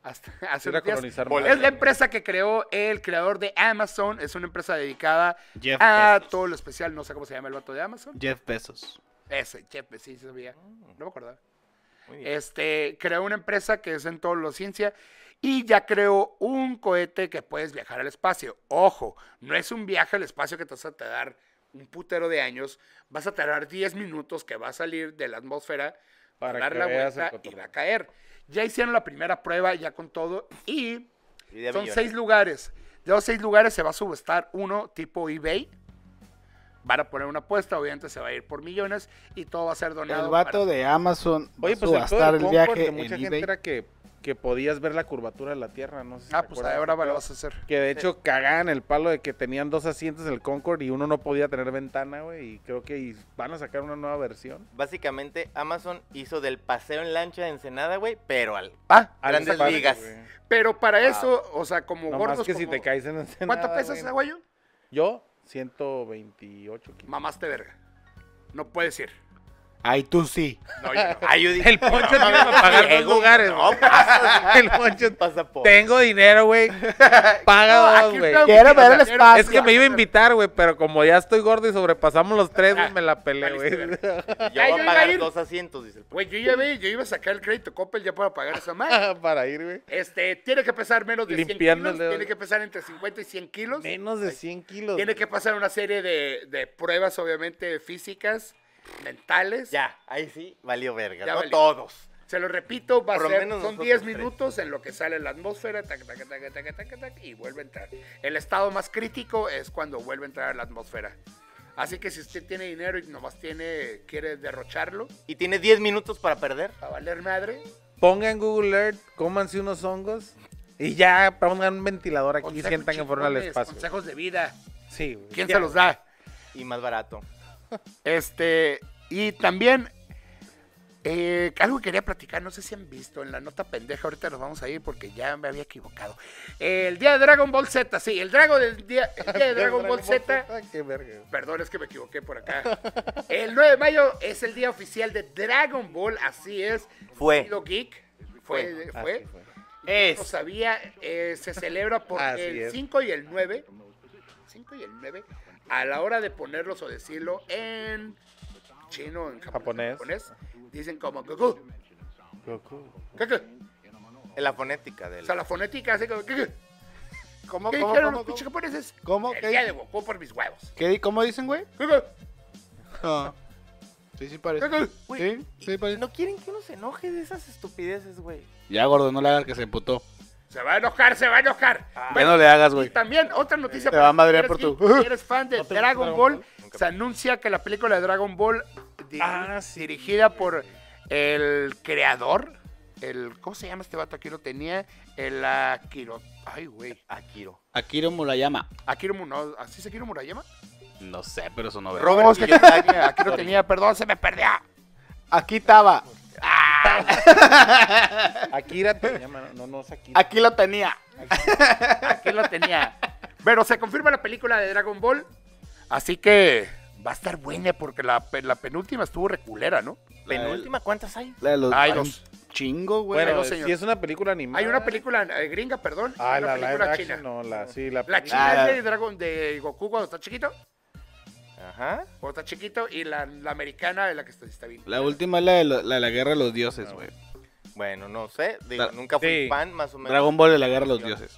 Speaker 1: Hasta hace
Speaker 5: Ir a
Speaker 1: unos días.
Speaker 5: colonizar
Speaker 4: Bola.
Speaker 5: Marte.
Speaker 1: Es la empresa que creó el creador de Amazon. Es una empresa dedicada
Speaker 3: Jeff
Speaker 1: a
Speaker 3: Bezos.
Speaker 1: Ah, todo lo especial. No sé cómo se llama el vato de Amazon.
Speaker 3: Jeff Bezos.
Speaker 1: Ese, Jeff, sí, sí sabía. No me acordaba.
Speaker 4: Muy bien.
Speaker 1: Este, creó una empresa que es en todo lo ciencia y ya creó un cohete que puedes viajar al espacio. Ojo, no es un viaje al espacio que te vas a tardar un putero de años. Vas a tardar 10 minutos que va a salir de la atmósfera
Speaker 5: Para
Speaker 1: dar
Speaker 5: que
Speaker 1: la
Speaker 5: veas el
Speaker 1: vuelta y
Speaker 5: cotorreo.
Speaker 1: va a caer. Ya hicieron la primera prueba, ya con todo, y
Speaker 4: Idea
Speaker 1: son
Speaker 4: millonaria.
Speaker 1: seis lugares. De los seis lugares se va a subestar uno tipo eBay. Van a poner una apuesta, obviamente se va a ir por millones y todo va a ser donado.
Speaker 3: El
Speaker 1: para-
Speaker 3: vato de Amazon va a
Speaker 5: Oye, pues el, todo
Speaker 3: subastar el
Speaker 5: Concord,
Speaker 3: viaje
Speaker 5: que mucha
Speaker 3: en
Speaker 5: gente
Speaker 3: eBay.
Speaker 5: era que que podías ver la curvatura de la Tierra, no sé si
Speaker 1: Ah,
Speaker 5: te
Speaker 1: pues
Speaker 5: acuerdas,
Speaker 1: ahora
Speaker 5: pero-
Speaker 1: lo vas a hacer.
Speaker 5: Que de hecho cagaban el palo de que tenían dos asientos en el Concord y uno no podía tener ventana, güey. Y creo que y van a sacar una nueva versión.
Speaker 4: Básicamente, Amazon hizo del paseo en lancha de Ensenada, güey, pero al.
Speaker 1: Ah,
Speaker 5: Al
Speaker 4: Grandes
Speaker 5: Zephyr,
Speaker 4: ligas.
Speaker 5: güey.
Speaker 1: pero para eso, o sea, como
Speaker 5: Ah. No
Speaker 1: gordos.
Speaker 5: más que si
Speaker 1: como-
Speaker 5: te caes en Ensenada,
Speaker 1: ¿Cuánto pesas,
Speaker 5: güey.
Speaker 1: Aguayo?
Speaker 5: Yo, 128 kilos.
Speaker 1: Mamaste verga. No puedes ir.
Speaker 3: Ay, tú sí.
Speaker 1: No, yo no.
Speaker 4: Ay, yo dije,
Speaker 5: El poncho te iba a pagar dos
Speaker 4: Diego,
Speaker 5: lugares.
Speaker 4: no,
Speaker 5: güey. el poncho.
Speaker 4: pasaporte.
Speaker 5: Tengo dinero, güey. Paga dos, güey.
Speaker 3: Quiero ver el espacio.
Speaker 5: Es que me iba a invitar, güey, pero como ya estoy gordo y sobrepasamos los tres, güey, me la peleé,
Speaker 1: valiste
Speaker 5: güey.
Speaker 4: Yo
Speaker 1: Ay,
Speaker 4: voy
Speaker 1: yo
Speaker 4: a
Speaker 1: iba a
Speaker 4: pagar
Speaker 1: ir.
Speaker 4: dos asientos, dice el
Speaker 1: Güey, yo ya vi, yo iba a sacar el crédito Coppel ya para pagar esa madre.
Speaker 5: Para ir, güey.
Speaker 1: Este, tiene que pesar menos de 100
Speaker 5: Limpiando
Speaker 1: kilos,
Speaker 5: el dedo.
Speaker 1: tiene que pesar entre 50 y 100 kilos,
Speaker 5: Menos de 100 kilos.
Speaker 1: tiene que pasar una serie de, de pruebas, obviamente, físicas, mentales.
Speaker 4: Ya, ahí sí, valió verga.
Speaker 1: Ya
Speaker 4: no
Speaker 1: valió.
Speaker 4: todos.
Speaker 1: Se lo repito, va a
Speaker 4: Por lo
Speaker 1: ser-
Speaker 4: menos
Speaker 1: son
Speaker 4: nosotros
Speaker 1: 10
Speaker 4: tres.
Speaker 1: minutos en lo que sale la atmósfera, tac, tac, tac, tac, tac, tac, y vuelve a entrar. El estado más crítico es cuando vuelve a entrar a la atmósfera. Así que si usted tiene dinero y nomás tiene, quiere derrocharlo,
Speaker 4: ¿Y tiene 10 minutos para perder?
Speaker 1: a valer madre,
Speaker 5: Pongan Google Earth, cómanse unos hongos y ya pongan un ventilador aquí y
Speaker 1: consejos
Speaker 5: sientan que fueron al
Speaker 1: chingones,
Speaker 5: espacio.
Speaker 1: Consejos de vida,
Speaker 5: Sí, güey.
Speaker 1: ¿quién
Speaker 5: Ya.
Speaker 1: se los da?
Speaker 4: Y más barato.
Speaker 1: Este, y también, eh, algo quería platicar, no sé si han visto en la nota pendeja, ahorita nos vamos a ir porque ya me había equivocado. El día de Dragon Ball Z, sí, el, drago del día, el día de Dragon Ball Z.
Speaker 5: Ah, qué verga.
Speaker 1: Perdón, es que me equivoqué por acá. El 9 de mayo es el día oficial de Dragon Ball, así es.
Speaker 4: Fue.
Speaker 1: Sentido Geek. Fue.
Speaker 5: Ah,
Speaker 1: fue.
Speaker 5: sí, fue.
Speaker 1: No sabía, eh, se celebra por
Speaker 5: Así
Speaker 1: el
Speaker 5: es.
Speaker 1: 5 y el 9. 5 y el 9. A la hora de ponerlos o decirlo en chino, en japonés.
Speaker 5: Japonés.
Speaker 1: japonés, dicen como Goku.
Speaker 5: Goku.
Speaker 1: Goku.
Speaker 4: En la fonética
Speaker 1: O
Speaker 4: del.
Speaker 1: sea, la fonética hace como Goku.
Speaker 3: ¿Cómo,
Speaker 1: ¿Qué
Speaker 3: cómo,
Speaker 1: dijeron
Speaker 3: cómo,
Speaker 1: los pinches japoneses?
Speaker 3: cómo?
Speaker 1: El
Speaker 3: ¿Qué
Speaker 1: día de
Speaker 3: dicen?
Speaker 1: Goku por mis huevos.
Speaker 3: ¿Qué di- ¿Cómo dicen, güey?
Speaker 1: Goku,
Speaker 3: No. Sí, sí parece.
Speaker 1: Goku.
Speaker 4: Güey,
Speaker 3: Sí,
Speaker 4: y-
Speaker 3: sí
Speaker 1: Pues
Speaker 3: parece.
Speaker 4: No quieren que uno se enoje de esas estupideces, güey.
Speaker 3: Ya, gordo, no le hagas que se emputó.
Speaker 1: Se va a enojar, se va a enojar.
Speaker 3: Ya no le hagas, güey.
Speaker 1: Y también otra noticia.
Speaker 3: Te va a madrear
Speaker 1: si eres
Speaker 3: por tu-
Speaker 1: geek, Si eres fan de
Speaker 5: ¿No te gusta
Speaker 1: Dragon
Speaker 5: Dragon
Speaker 1: Ball,
Speaker 5: Ball?
Speaker 1: se anuncia que la película de Dragon Ball, di-
Speaker 5: Ah, sí.
Speaker 1: dirigida por el creador, el ¿cómo se llama este vato? Aquí lo tenía, el Akiro. Ay, güey.
Speaker 4: Akiro.
Speaker 3: Akiro Murayama.
Speaker 1: Akiro Mu- no, ¿así se Akiro Murayama?
Speaker 3: No sé, pero eso no
Speaker 5: Pues,
Speaker 3: veo.
Speaker 1: Robert Kiyosaki, Akiro tenía, perdón, se me perdía.
Speaker 3: Aquí estaba.
Speaker 5: Akira te llama, no, no, no es Akira.
Speaker 3: Aquí lo tenía.
Speaker 1: Aquí lo tenía. Pero se confirma la película de Dragon Ball, así que va a estar buena porque la, pe- la penúltima estuvo reculera, ¿no?
Speaker 4: ¿Penúltima cuántas hay?
Speaker 3: La de los.
Speaker 1: Hay dos.
Speaker 3: un Chingo, güey.
Speaker 5: bueno,
Speaker 1: no,
Speaker 5: si
Speaker 1: señor.
Speaker 5: es una película animada.
Speaker 1: Hay una película eh, gringa, perdón.
Speaker 5: Ah,
Speaker 1: y una
Speaker 5: la, la,
Speaker 1: película
Speaker 5: la
Speaker 1: china.
Speaker 5: china. No, la, sí, la,
Speaker 1: La
Speaker 5: película.
Speaker 1: china
Speaker 3: Ah,
Speaker 1: es
Speaker 3: la-
Speaker 1: de, Dragon, de Goku cuando está chiquito.
Speaker 4: Ajá.
Speaker 1: Cuando está chiquito. Y la, la americana es la que está, está bien.
Speaker 3: La última es la de lo- la, de la guerra de los dioses, güey.
Speaker 4: Bueno, no sé. Digo,
Speaker 3: Dra-
Speaker 4: nunca fui
Speaker 5: Sí.
Speaker 4: fan, más o menos.
Speaker 3: Dragon Ball de la guerra de los dioses.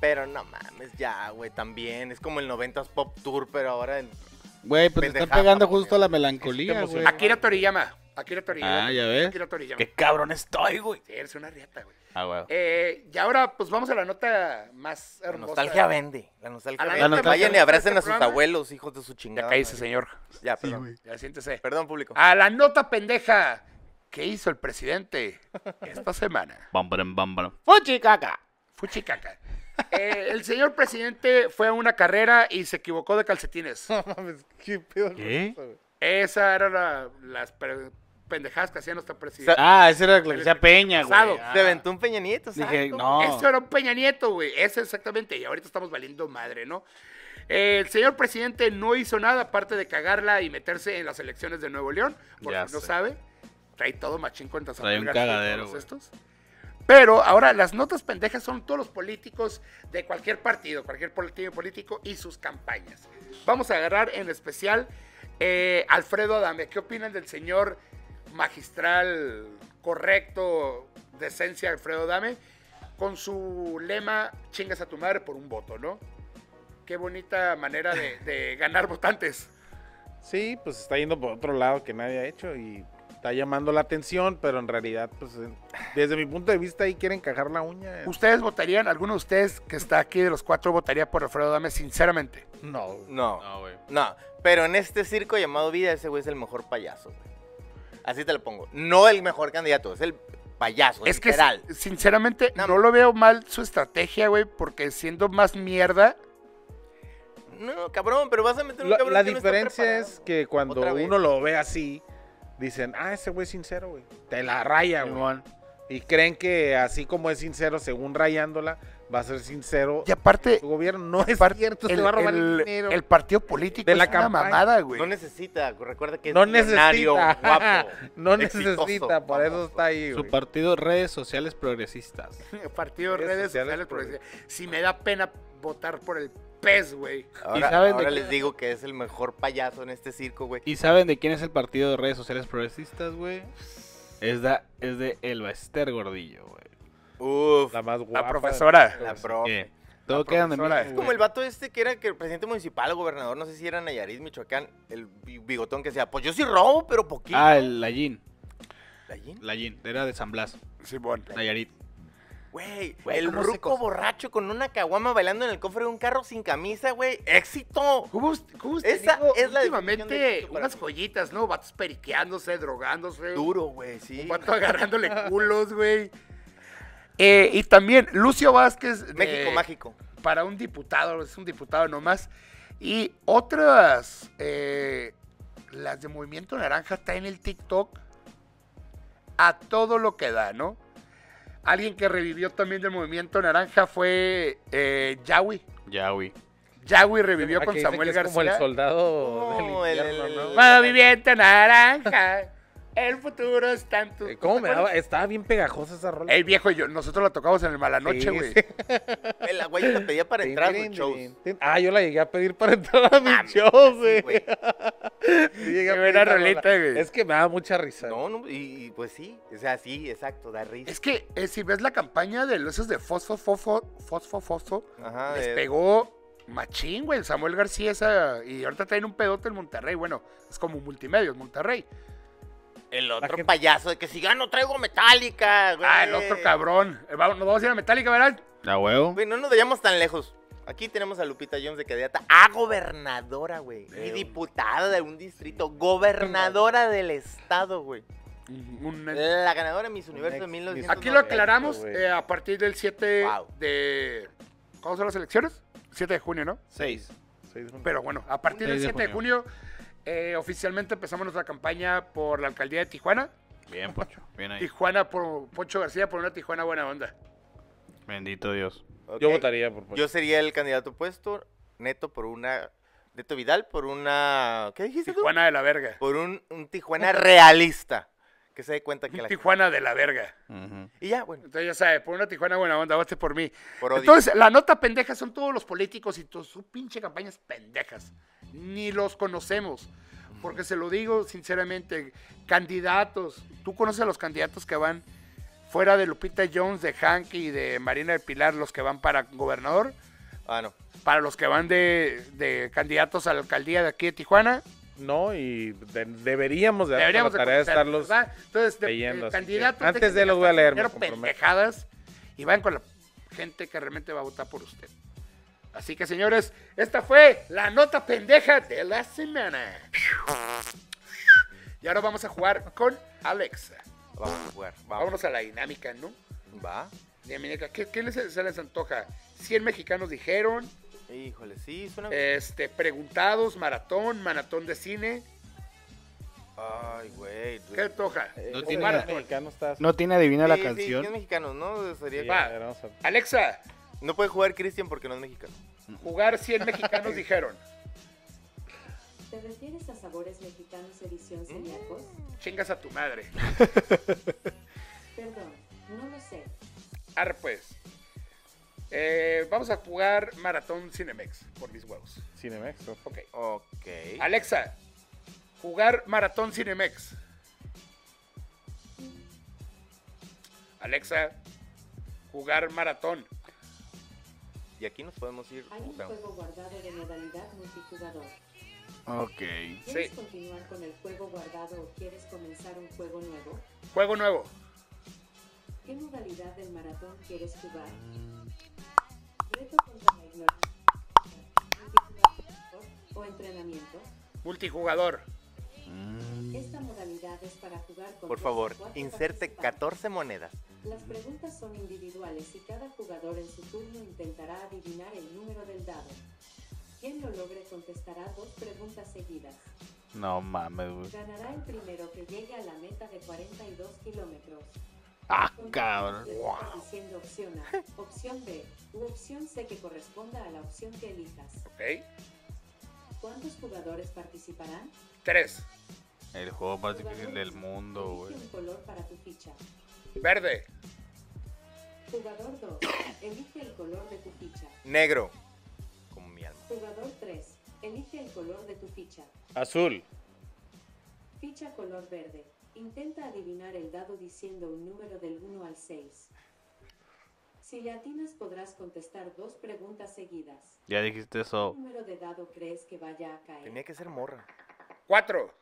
Speaker 4: Pero no mames, ya, güey, también. Es como el 90s Pop Tour, pero ahora en-
Speaker 3: Güey, pues te está
Speaker 4: Pendejada,
Speaker 3: pegando
Speaker 4: porque-
Speaker 3: justo a la melancolía, güey.
Speaker 1: Akira Toriyama. Akira Toriyama.
Speaker 3: Ah, ya ves.
Speaker 1: Akira Toriyama.
Speaker 3: Qué cabrón estoy, güey.
Speaker 1: Sí, eres una riata, güey.
Speaker 3: Ah, güey.
Speaker 1: Eh, y ahora, pues vamos a la nota más
Speaker 4: la
Speaker 1: hermosa.
Speaker 4: nostalgia vende. La nostalgia
Speaker 1: A la
Speaker 4: vende.
Speaker 3: neta, La
Speaker 4: Vayan y
Speaker 1: nostalgia
Speaker 4: abracen
Speaker 1: vende
Speaker 4: a sus
Speaker 1: este programa.
Speaker 4: abuelos, hijos de su chingada.
Speaker 1: Ya cállese,
Speaker 4: madre.
Speaker 1: señor.
Speaker 4: Ya, perdón.
Speaker 1: Ya siéntese.
Speaker 4: perdón, público.
Speaker 1: A la nota pendeja. ¿Qué hizo el presidente esta semana?
Speaker 3: Bambaram, bambaram.
Speaker 6: Fuchi caca.
Speaker 1: Fuchicaca. Eh, el señor presidente fue a una carrera y se equivocó de calcetines.
Speaker 5: No mames, qué pedo. con
Speaker 3: ¿Qué?
Speaker 5: eso, güey?
Speaker 1: Esa era la- las pre- pendejadas que hacía nuestra presidenta.
Speaker 3: Ah, ese era la que decía Peña, güey.
Speaker 1: Pasado.
Speaker 3: Ah.
Speaker 4: Se aventó un Peña Nieto, ¿sabes?
Speaker 3: Dije, no.
Speaker 1: Eso era un Peña Nieto, güey. Eso exactamente. Y ahorita estamos valiendo madre, ¿no? Eh, el señor presidente no hizo nada aparte de cagarla y meterse en las elecciones de Nuevo León. Porque
Speaker 3: Ya
Speaker 1: no
Speaker 3: sé.
Speaker 1: sabe. Trae todo machín con tantas
Speaker 3: Trae un
Speaker 1: albergas y
Speaker 3: cagadero,
Speaker 1: todos
Speaker 3: güey.
Speaker 1: estos. Pero ahora las notas pendejas son todos los políticos de cualquier partido, cualquier partido político y sus campañas. Vamos a agarrar en especial eh, Alfredo Adame. ¿Qué opinan del señor magistral, correcto, decencia Alfredo Adame? Con su lema, chingas a tu madre por un voto, ¿no? Qué bonita manera de, de ganar votantes.
Speaker 5: Sí, pues está yendo por otro lado que nadie ha hecho y está llamando la atención, pero en realidad, pues en- desde mi punto de vista, ahí quieren cajar la uña.
Speaker 1: ¿Ustedes votarían, alguno de ustedes que está aquí de los cuatro votaría por Alfredo Adame, sinceramente?
Speaker 5: No. güey.
Speaker 4: No,
Speaker 3: No, güey.
Speaker 4: no. Pero en este circo llamado vida, ese güey es el mejor payaso, güey. Así te lo pongo. No el mejor candidato, es el payaso,
Speaker 1: Es que,
Speaker 4: Pues literal.
Speaker 1: sin- sinceramente,
Speaker 4: No.
Speaker 1: no. lo veo mal su estrategia, güey, porque siendo más mierda,
Speaker 4: No, cabrón, pero vas a meter un
Speaker 5: La,
Speaker 4: cabrón
Speaker 5: la
Speaker 4: que no está
Speaker 5: diferencia es
Speaker 4: preparado.
Speaker 5: que cuando
Speaker 4: Otra vez.
Speaker 5: uno lo ve así, dicen, ah, ese güey es sincero, güey. Te la raya, güey. Y creen que así como es sincero, según rayándola, va a ser sincero.
Speaker 1: y aparte,
Speaker 5: su gobierno no es
Speaker 1: par-
Speaker 5: cierto,
Speaker 1: el,
Speaker 5: se va a robar el,
Speaker 1: el-
Speaker 5: dinero.
Speaker 1: el partido político
Speaker 5: De
Speaker 1: es
Speaker 5: la
Speaker 1: una
Speaker 5: campaña.
Speaker 1: mamada, güey.
Speaker 4: No necesita, recuerda que es
Speaker 5: no necesita.
Speaker 4: millonario, guapo.
Speaker 5: no
Speaker 4: exitoso,
Speaker 5: necesita, por eso
Speaker 4: famoso.
Speaker 5: está ahí,
Speaker 3: Su
Speaker 5: güey.
Speaker 3: partido redes sociales progresistas.
Speaker 1: partido de
Speaker 5: Redes
Speaker 1: redes
Speaker 5: sociales,
Speaker 1: sociales,
Speaker 5: por-
Speaker 1: porque si me da pena votar por el pez, güey.
Speaker 4: Ahora,
Speaker 3: saben de
Speaker 4: ahora
Speaker 3: qué-
Speaker 4: les digo que es el mejor payaso en este circo, güey.
Speaker 3: ¿Y saben de quién es el partido de redes sociales progresistas, güey? Es, da- es de Elba Esther Gordillo, güey.
Speaker 4: Uf,
Speaker 5: La
Speaker 4: la,
Speaker 5: más guapa.
Speaker 1: La profesora.
Speaker 4: profe.
Speaker 3: Eh, Todo queda en el
Speaker 1: profesora
Speaker 3: mismo,
Speaker 1: es
Speaker 4: Como
Speaker 3: güey.
Speaker 4: el vato este que era que el presidente municipal o gobernador, no sé si era Nayarit, Michoacán, el bi- bigotón que decía, pues yo sí robo, pero poquito.
Speaker 3: Ah, el Lallín.
Speaker 4: La Yin.
Speaker 3: Lallín, era de San Blas,
Speaker 1: Simón.
Speaker 3: Nayarit.
Speaker 4: Güey,
Speaker 3: Güey,
Speaker 4: el
Speaker 3: ¿cómo se
Speaker 4: ruco
Speaker 3: cos-
Speaker 4: borracho con una caguama bailando en el cofre de un carro sin camisa, güey. ¡Éxito!
Speaker 1: ¿Cómo, us- cómo usted
Speaker 4: Esa
Speaker 1: digo,
Speaker 4: es la
Speaker 1: últimamente
Speaker 4: definición de éxito para
Speaker 1: unas
Speaker 4: mí.
Speaker 1: joyitas, ¿no? Vatos periqueándose, drogándose.
Speaker 4: Duro, güey, sí.
Speaker 1: Un vato agarrándole culos, güey. Eh, y también Lucio Vázquez. de-
Speaker 4: México mágico.
Speaker 1: Para un diputado, es un diputado nomás. Y otras, eh, las de Movimiento Naranja, está en el TikTok a todo lo que da, ¿no? Alguien que revivió también del Movimiento Naranja fue eh, Yawi.
Speaker 3: Ya, güey.
Speaker 1: Yawi revivió
Speaker 5: Aquí
Speaker 1: con
Speaker 5: dice
Speaker 1: Samuel
Speaker 5: Ah, que es
Speaker 1: García.
Speaker 5: Como el soldado del
Speaker 4: No, el-
Speaker 5: infierno,
Speaker 4: el-
Speaker 5: ¿no?
Speaker 4: el-
Speaker 1: Movimiento Naranja, el futuro está en tu...
Speaker 5: Eh, ¿Cómo
Speaker 1: ¿Te
Speaker 5: me
Speaker 1: acuerdas?
Speaker 5: daba? Estaba bien pegajosa esa rola.
Speaker 1: El viejo y yo, nosotros la tocamos en el Malanoche,
Speaker 5: Sí,
Speaker 1: güey.
Speaker 5: sí.
Speaker 4: El agüey la pedía para entrar a los shows. Ah,
Speaker 5: Ah, yo la llegué a pedir para entrar a mis shows, güey.
Speaker 4: güey.
Speaker 5: Sí, llegué a
Speaker 1: Qué
Speaker 5: pedir
Speaker 1: buena
Speaker 5: esa rola.
Speaker 1: rolita, güey.
Speaker 5: Es que me da mucha risa.
Speaker 4: No, no, y, y pues sí, o sea, sí, exacto, da risa.
Speaker 1: Es que eh, si ves la campaña de los esos de Fosfo, Fosfo, Fosfo, Fosfo,
Speaker 4: Ajá,
Speaker 1: les
Speaker 5: Eh.
Speaker 4: de-
Speaker 1: pegó machín, güey, el Samuel García esa, y ahorita traen un pedote en Monterrey, bueno, es como multimedios, Monterrey.
Speaker 4: el otro
Speaker 5: gente-
Speaker 4: payaso de que si gano traigo metálica, güey.
Speaker 1: Ah, el otro cabrón. Eh, vamos- nos vamos a ir a Metallica, ¿verdad?
Speaker 3: La huevo.
Speaker 4: Güey, no nos vayamos tan lejos. Aquí tenemos a Lupita Jones de candidata a gobernadora, güey. Y diputada de un distrito. Gobernadora del estado, güey.
Speaker 1: Un-
Speaker 5: Eh,
Speaker 1: un-
Speaker 4: La ganadora de Miss Universo de
Speaker 5: ex-
Speaker 4: 1900.
Speaker 1: aquí lo aclaramos
Speaker 5: güey.
Speaker 1: eh, a partir del 7
Speaker 4: Wow.
Speaker 1: de... ¿Cómo son las elecciones? 7 de junio, ¿no?
Speaker 3: Seis.
Speaker 1: Pero bueno, a partir del
Speaker 3: 6 de
Speaker 1: 7 de junio, eh, oficialmente empezamos nuestra campaña por la alcaldía de Tijuana.
Speaker 3: Bien, Pocho. Bien ahí.
Speaker 1: Tijuana por Poncho García por una Tijuana buena onda.
Speaker 3: Bendito Dios.
Speaker 4: Ok.
Speaker 5: Yo votaría por
Speaker 4: Yo sería el candidato opuesto, Neto por una. Neto Vidal por una. ¿Qué dijiste tú?
Speaker 1: Tijuana de la verga.
Speaker 4: Por un, un Tijuana realista. Que se dé cuenta que la.
Speaker 1: Tijuana de la verga.
Speaker 3: Ujú.
Speaker 4: Y ya, bueno,
Speaker 1: Entonces ya sabes, por una Tijuana buena onda, vote por mí.
Speaker 4: por odio.
Speaker 1: Entonces, la nota pendeja son todos los políticos y todas sus pinche campañas pendejas. Ni los conocemos. Porque se lo digo sinceramente, candidatos, tú conoces a los candidatos que van fuera de Lupita Jones, de Hank y de Marina del Pilar, los que van para gobernador,
Speaker 4: Ah, no.
Speaker 1: para los que van de, de candidatos a la alcaldía de aquí de Tijuana,
Speaker 5: No, y de- deberíamos de hacer
Speaker 1: Deberíamos
Speaker 5: la tarea de
Speaker 1: conocer,
Speaker 5: estarlos.
Speaker 1: ¿verdad? Entonces, de-
Speaker 5: leyendo,
Speaker 1: eh,
Speaker 5: así
Speaker 1: candidatos,
Speaker 5: que antes
Speaker 1: dejen
Speaker 5: de los voy a
Speaker 1: gastar
Speaker 5: leer, me
Speaker 1: dinero
Speaker 5: comprometo.
Speaker 1: pendejadas y van con la gente que realmente va a votar por usted. Así que, señores, esta fue la nota pendeja de la semana. Y ahora vamos a jugar con Alexa.
Speaker 4: Vamos a jugar. Vamos.
Speaker 1: Vámonos a la dinámica, ¿no?
Speaker 4: Va.
Speaker 1: Dinámica, ¿qué, qué les, se les antoja? 100 mexicanos dijeron,
Speaker 4: Híjole, sí, suena.
Speaker 1: este, preguntados, maratón, maratón de cine.
Speaker 4: Ay, güey.
Speaker 1: ¿Qué antoja?
Speaker 3: No
Speaker 5: Eh,
Speaker 3: tiene-
Speaker 5: Omar, mexicano estás.
Speaker 3: No tiene adivina la
Speaker 4: Sí, sí,
Speaker 3: canción.
Speaker 4: es mexicano, ¿no? Sería-
Speaker 5: Sí,
Speaker 1: va.
Speaker 5: a ver, vamos a-
Speaker 1: Alexa,
Speaker 4: No puede jugar Cristian porque no es mexicano.
Speaker 1: jugar 100 mexicanos dijeron.
Speaker 2: ¿Te refieres a Sabores Mexicanos Edición Celíacos?
Speaker 1: Chingas a tu madre.
Speaker 2: Perdón, no lo sé.
Speaker 1: Arre pues. Eh, vamos a jugar Maratón Cinemex por mis huevos.
Speaker 5: Cinemex. ¿no?
Speaker 1: Ok.
Speaker 4: Ok.
Speaker 1: Alexa, jugar Maratón Cinemex. Alexa, jugar Maratón.
Speaker 4: Y aquí nos podemos ir.
Speaker 2: Hay un juego guardado de modalidad multijugador.
Speaker 3: Ok.
Speaker 2: ¿Quieres
Speaker 1: Sí.
Speaker 2: continuar con el juego guardado o quieres comenzar un juego nuevo?
Speaker 1: Juego nuevo.
Speaker 2: ¿Qué modalidad del maratón quieres jugar? ¿Reto contra la ignorancia? ¿Multijugador? ¿O entrenamiento?
Speaker 1: Multijugador.
Speaker 2: Esta modalidad oportunidades para jugar con
Speaker 4: Por
Speaker 2: dos o
Speaker 4: favor,
Speaker 2: cuatro
Speaker 4: inserte
Speaker 2: participantes.
Speaker 4: 14 monedas.
Speaker 2: Las preguntas son individuales y cada jugador en su turno intentará adivinar el número del dado. Quien lo logre contestará dos preguntas seguidas.
Speaker 3: No mames, güey.
Speaker 2: Ganará el primero que llegue a la meta de 42 kilómetros.
Speaker 3: Ah,
Speaker 2: Con
Speaker 3: cabrón.
Speaker 2: preguntas Diciendo opción A, opción B u opción C que corresponda a la opción que elijas.
Speaker 1: ¿Ok?
Speaker 2: ¿Cuántos jugadores participarán?
Speaker 1: Tres.
Speaker 3: El juego más difícil del mundo, güey.
Speaker 2: Elige un color para tu ficha.
Speaker 1: Verde.
Speaker 2: Jugador 2, elige el color de tu ficha.
Speaker 4: Negro. Como mi alma.
Speaker 2: Jugador 3, elige el color de tu ficha.
Speaker 5: Azul.
Speaker 2: Ficha color verde. Intenta adivinar el dado diciendo un número del 1 al 6. Si le atinas podrás contestar dos preguntas seguidas.
Speaker 3: Ya dijiste
Speaker 2: ¿Qué
Speaker 3: eso.
Speaker 2: número de dado crees que vaya a caer?
Speaker 4: Tenía que ser morra.
Speaker 1: Cuatro.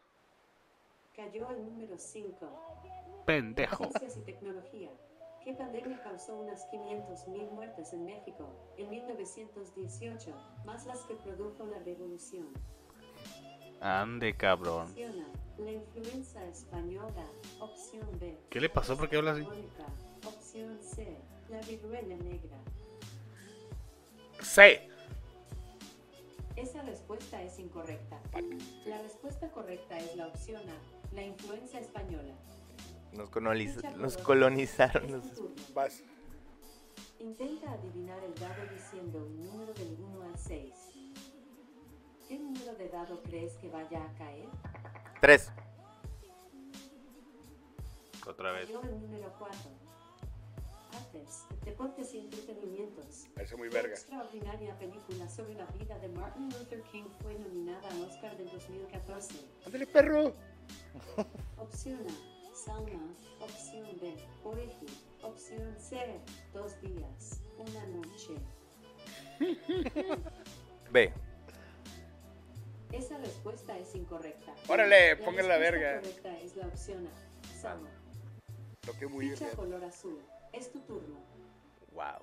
Speaker 2: Cayó al número 5.
Speaker 3: Pendejo.
Speaker 2: Ciencias y tecnología. ¿Qué pandemia causó unas 500.000 muertes en México en 1918, más las que produjo la revolución?
Speaker 3: Ande, cabrón.
Speaker 2: Opción A, la influenza española. Opción B.
Speaker 3: ¿Qué le pasó? ¿Por qué habla así?
Speaker 2: Cólica. Opción C, la viruela negra.
Speaker 1: C.
Speaker 2: Esa respuesta es incorrecta. La respuesta correcta es la opción A, la influenza española.
Speaker 4: Nos, coloniz-
Speaker 2: Ficha
Speaker 4: nos
Speaker 2: color.
Speaker 4: colonizaron.
Speaker 2: Es tu
Speaker 4: los-
Speaker 2: turno.
Speaker 1: Vas.
Speaker 2: Intenta adivinar el dado diciendo un número del 1 al 6. ¿Qué número de dado crees que vaya a caer?
Speaker 4: Tres.
Speaker 3: Otra vez.
Speaker 2: Yo el número 4. Artes, deportes y entretenimientos.
Speaker 1: Parece muy
Speaker 2: La
Speaker 1: verga.
Speaker 2: extraordinaria película sobre la vida de Martin Luther King fue nominada al Oscar del 2014.
Speaker 1: Ándale, perro.
Speaker 2: Opción A, Salma. Opción B, Origi. Opción C, Dos días, una noche.
Speaker 4: B.
Speaker 2: Esa respuesta es incorrecta.
Speaker 1: Órale,
Speaker 2: La
Speaker 1: póngale la
Speaker 2: respuesta
Speaker 1: verga.
Speaker 2: correcta es la opción A, Salma.
Speaker 1: Lo que muy
Speaker 2: Ficha
Speaker 1: bien.
Speaker 2: color azul. Es tu turno.
Speaker 4: Wow.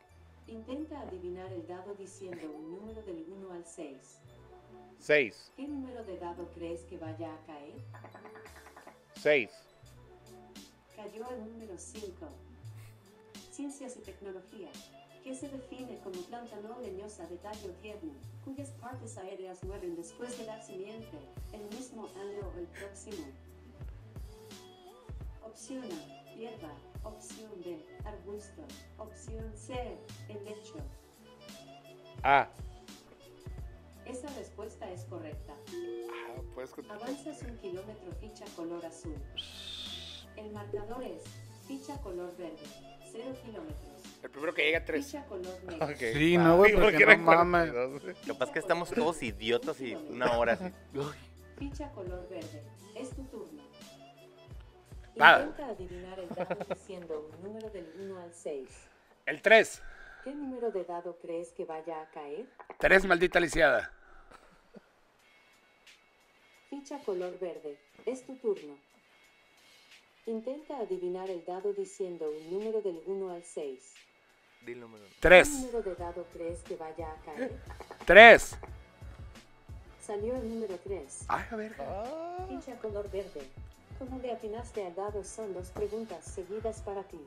Speaker 2: Intenta adivinar el dado diciendo un número del 1 al 6.
Speaker 5: 6.
Speaker 2: ¿Qué número de dado crees que vaya a caer?
Speaker 5: 6.
Speaker 2: Cayó al número 5. Ciencias y tecnología, que se define como planta no leñosa de tallo tierno, cuyas partes aéreas mueren después de la simiente, el mismo año o el próximo. Opción A, hierba. Opción B, arbusto. Opción C, helecho.
Speaker 5: A.
Speaker 2: Esa respuesta es correcta.
Speaker 1: Ah, puedes continuar.
Speaker 2: Avanzas un kilómetro ficha color azul. El marcador es ficha color verde, 0 kilómetros.
Speaker 1: El primero que llega a tres.
Speaker 2: Ficha color negro.
Speaker 3: Sí, no, güey,
Speaker 5: Digo,
Speaker 3: porque
Speaker 5: que era
Speaker 3: no mames.
Speaker 5: 42.
Speaker 4: Capaz que estamos todos idiotas y una hora así.
Speaker 2: Ficha color verde. Es tu turno.
Speaker 1: Nada.
Speaker 2: Intenta adivinar el dado diciendo un número del 1 al 6.
Speaker 1: El tres.
Speaker 2: ¿Qué número de dado crees que vaya a caer?
Speaker 1: Tres, maldita lisiada.
Speaker 2: Ficha color verde. Es tu turno. Intenta adivinar el dado diciendo un número del 1 al 6.
Speaker 4: Dilo, número.
Speaker 2: ¿Qué
Speaker 1: Tres.
Speaker 2: número de dado crees que vaya a caer?
Speaker 1: Tres.
Speaker 2: Salió el número 3.
Speaker 1: Ay, a ver.
Speaker 4: Ah.
Speaker 2: Ficha color verde. ¿Cómo le atinaste al dado? Son dos preguntas seguidas para ti.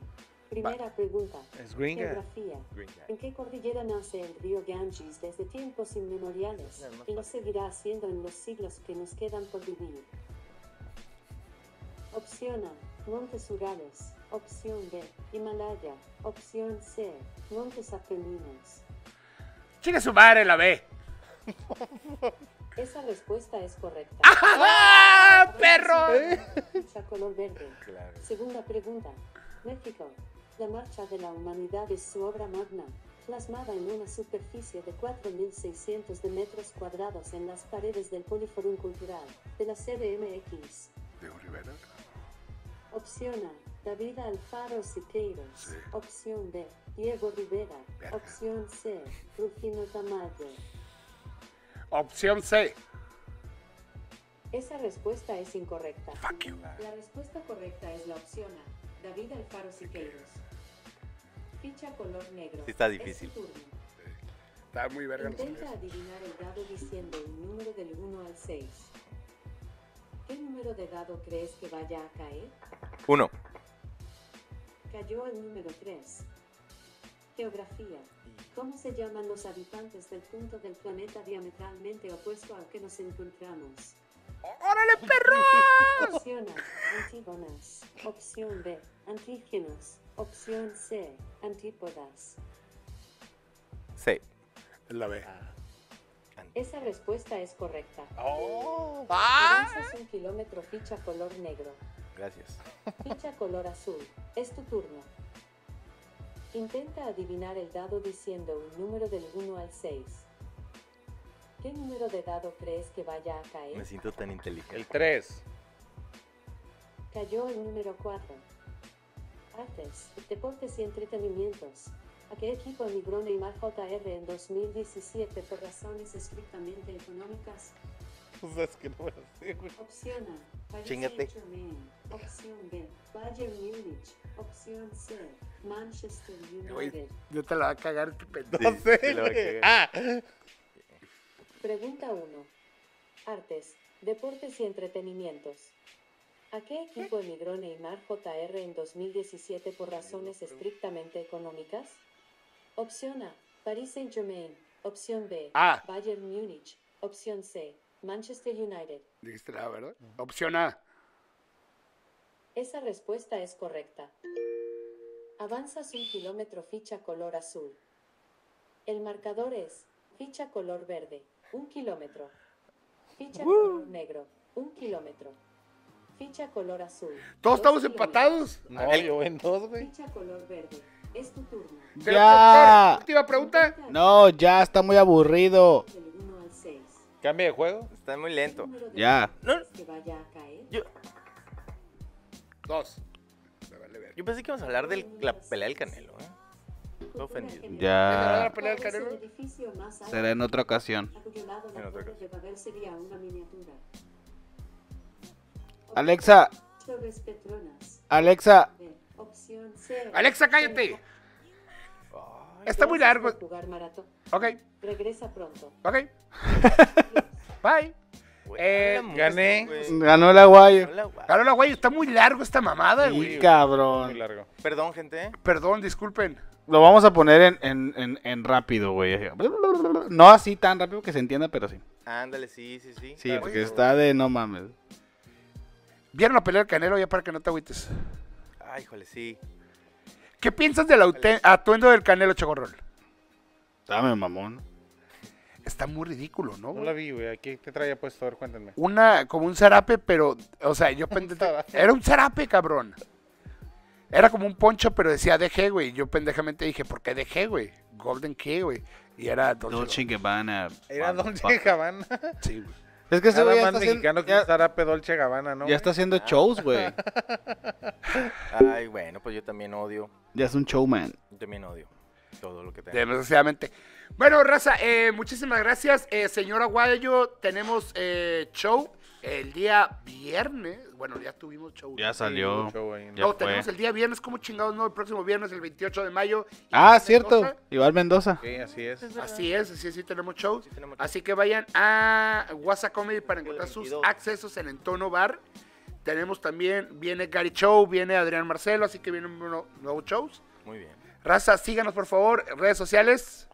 Speaker 2: Primera pregunta.
Speaker 5: Es gringa.
Speaker 2: Geografía.
Speaker 4: Green guy.
Speaker 2: ¿En qué cordillera nace el río Ganges desde tiempos inmemoriales? Y lo seguirá haciendo en los siglos que nos quedan por vivir. Opción A. Montes Urales. Opción B. Himalaya. Opción C. Montes Apeninos.
Speaker 1: Chica su madre, la B.
Speaker 2: Esa respuesta es correcta.
Speaker 1: ¡Ah, perro!
Speaker 2: Ficha color verde.
Speaker 4: Claro.
Speaker 2: Segunda pregunta. México. La marcha de la humanidad es su obra magna, plasmada en una superficie de 4.600 de metros cuadrados en las paredes del Poliforum Cultural, de la CDMX.
Speaker 1: Diego Rivera.
Speaker 2: Opción A. David Alfaro Siqueiros. Opción B. Diego Rivera.
Speaker 1: Verga.
Speaker 2: Opción C. Rufino Tamayo.
Speaker 1: Opción C.
Speaker 2: Esa respuesta es incorrecta.
Speaker 1: Fuck you.
Speaker 2: La respuesta correcta es la opción A. David Alfaro Siqueiros. Ficha color negro.
Speaker 4: Sí está
Speaker 2: Es
Speaker 4: difícil.
Speaker 2: tu turno.
Speaker 1: Está muy verga los
Speaker 2: Intenta
Speaker 1: tres.
Speaker 2: adivinar el dado diciendo el número del 1 al 6. ¿Qué número número de dado crees que vaya a caer?
Speaker 4: Uno.
Speaker 2: Cayó el número 3. Geografía. ¿Cómo se llaman los habitantes del punto del planeta diametralmente opuesto al que nos encontramos? ¡Órale, perro! Opción A, antígonas. Opción B, antígenos. Opción C, antípodas.
Speaker 4: Sí.
Speaker 1: La B.
Speaker 5: Ah.
Speaker 2: Esa respuesta es correcta. Avanzas un kilómetro ficha color negro.
Speaker 4: Gracias.
Speaker 2: Ficha color azul. Es tu turno. Intenta adivinar el dado diciendo un número del 1 al 6. ¿Qué número de dado crees que vaya a
Speaker 4: Me
Speaker 2: caer?
Speaker 4: siento tan inteligente.
Speaker 5: El 3.
Speaker 2: Cayó el número 4. Artes, deportes y entretenimientos. ¿A qué equipo emigró Neymar JR en 2017 por razones estrictamente económicas?
Speaker 5: Cosas que no me las sé, güey.
Speaker 2: Opción A, Paris
Speaker 4: Chíngate.
Speaker 2: Saint-Germain. Opción B, Bayern Múnich. Opción C, Manchester United.
Speaker 1: Yo te la voy a cagar, qué pendejo.
Speaker 5: No sé,
Speaker 4: sí, la voy a cagar.
Speaker 5: güey. Ah,
Speaker 2: Pregunta 1. Artes, deportes y entretenimientos. ¿A qué equipo emigró Neymar JR en 2017 por razones estrictamente económicas? Opción A, Paris Saint-Germain. Opción B,
Speaker 1: Ah.
Speaker 2: Bayern Múnich. Opción C, Manchester United.
Speaker 1: Dijiste la A, ¿verdad? Opción A.
Speaker 2: Esa respuesta es correcta. Avanzas un kilómetro ficha color azul. El marcador es ficha color verde, un kilómetro. Ficha color negro, un kilómetro. Ficha color azul.
Speaker 1: Todos
Speaker 2: dos
Speaker 1: estamos
Speaker 2: kilómetros.
Speaker 1: empatados.
Speaker 5: No, yo en dos, güey.
Speaker 2: Ficha color verde, es tu turno.
Speaker 1: Señor
Speaker 3: Ya.
Speaker 1: productor, Última pregunta.
Speaker 2: Intenta
Speaker 3: No, ya está muy aburrido.
Speaker 2: del uno al seis.
Speaker 5: Cambia de juego.
Speaker 4: Está muy
Speaker 2: ¿Qué
Speaker 4: lento.
Speaker 2: número de
Speaker 3: Ya.
Speaker 4: No.
Speaker 2: veces que vaya a caer?
Speaker 4: Yo,
Speaker 1: Dos. Me vale ver.
Speaker 4: yo pensé que íbamos a hablar de la pelea del canelo, ¿eh? Estoy ofendido.
Speaker 2: Cultura
Speaker 1: ¿Ganará la
Speaker 3: Ya.
Speaker 1: pelea del
Speaker 2: ¿Cuál es el
Speaker 1: Canelo?
Speaker 2: edificio más alto?
Speaker 3: Será en otra ocasión.
Speaker 2: A cuyo lado
Speaker 4: En
Speaker 2: la
Speaker 4: otra
Speaker 2: torre
Speaker 4: cosa.
Speaker 2: de Babel sería una miniatura.
Speaker 3: Alexa,
Speaker 2: Torres Petronas.
Speaker 3: Alexa,
Speaker 2: B. Opción C.
Speaker 1: Alexa, cállate. Está muy
Speaker 2: Gracias
Speaker 1: largo.
Speaker 2: por jugar maratón.
Speaker 1: Ok,
Speaker 2: Regresa pronto.
Speaker 1: ok. Bye.
Speaker 4: Güey,
Speaker 1: Eh,
Speaker 4: la música,
Speaker 5: gané.
Speaker 4: güey.
Speaker 3: ganó la guayo.
Speaker 4: Hola, guau.
Speaker 1: Carola, güey, está muy largo esta mamada,
Speaker 3: Y
Speaker 1: güey.
Speaker 5: Muy
Speaker 3: cabrón.
Speaker 5: largo.
Speaker 4: Perdón, gente. ¿eh?
Speaker 1: Perdón, disculpen.
Speaker 3: Lo vamos a poner en, en, en, en rápido, güey. Así, No así tan rápido que se entienda, pero sí.
Speaker 4: Ándale, sí, sí, sí.
Speaker 3: Sí, porque está de no mames.
Speaker 1: ¿Vieron la pelea del Canelo ya para que no te agüites?
Speaker 4: Ay, híjole, sí.
Speaker 1: ¿Qué piensas del aute- atuendo del Canelo Chagorrol?
Speaker 3: Dame mamón.
Speaker 1: Está muy ridículo, ¿no?
Speaker 5: No
Speaker 1: güey?
Speaker 5: la vi, güey. Aquí te traía puesto, a ver, cuéntenme.
Speaker 1: Una, como un zarape, pero, o sea, yo pendeja.
Speaker 5: zarape.
Speaker 1: Era un zarape, cabrón. Era como un poncho, pero decía DG, güey. Yo pendejamente dije, ¿por qué DG, güey? Golden Key, güey. Y era Dolce
Speaker 3: Dolce Gabbana.
Speaker 5: Era Dolce
Speaker 3: motherfucker.
Speaker 5: Gabbana.
Speaker 1: Gabbana. Sí, güey.
Speaker 3: Es que ese
Speaker 5: Nada
Speaker 3: güey ya
Speaker 5: más
Speaker 3: está haciendo,
Speaker 5: mexicano que
Speaker 3: ya-
Speaker 5: un zarape Dolce Gabbana, ¿no? Ah.
Speaker 3: ya está haciendo shows, güey.
Speaker 4: Ay, bueno, pues yo también odio.
Speaker 3: Ya es un showman.
Speaker 4: Yo también odio todo lo que tengo.
Speaker 1: Desgraciadamente. Bueno, Raza, eh, muchísimas gracias. Eh, señora Guayo, tenemos eh, show el día viernes. Bueno, ya tuvimos show.
Speaker 3: Ya salió.
Speaker 5: mucho, güey,
Speaker 3: Ya
Speaker 1: No,
Speaker 3: fue.
Speaker 1: tenemos el día viernes, como chingados, no, el próximo viernes, el 28 de mayo.
Speaker 3: Ah,
Speaker 1: Iván
Speaker 3: cierto.
Speaker 1: Mendoza.
Speaker 3: Igual Mendoza.
Speaker 5: Sí, así es.
Speaker 1: Así es, así es, sí tenemos show.
Speaker 4: Sí tenemos show.
Speaker 1: Así que vayan a WhatsApp Comedy para encontrar sus
Speaker 4: 22.
Speaker 1: accesos en Entono Bar. Tenemos también, viene Gary Show, viene Adrián Marcelo, así que vienen uno- nuevos shows.
Speaker 4: Muy bien.
Speaker 1: Raza, síganos por favor, redes sociales.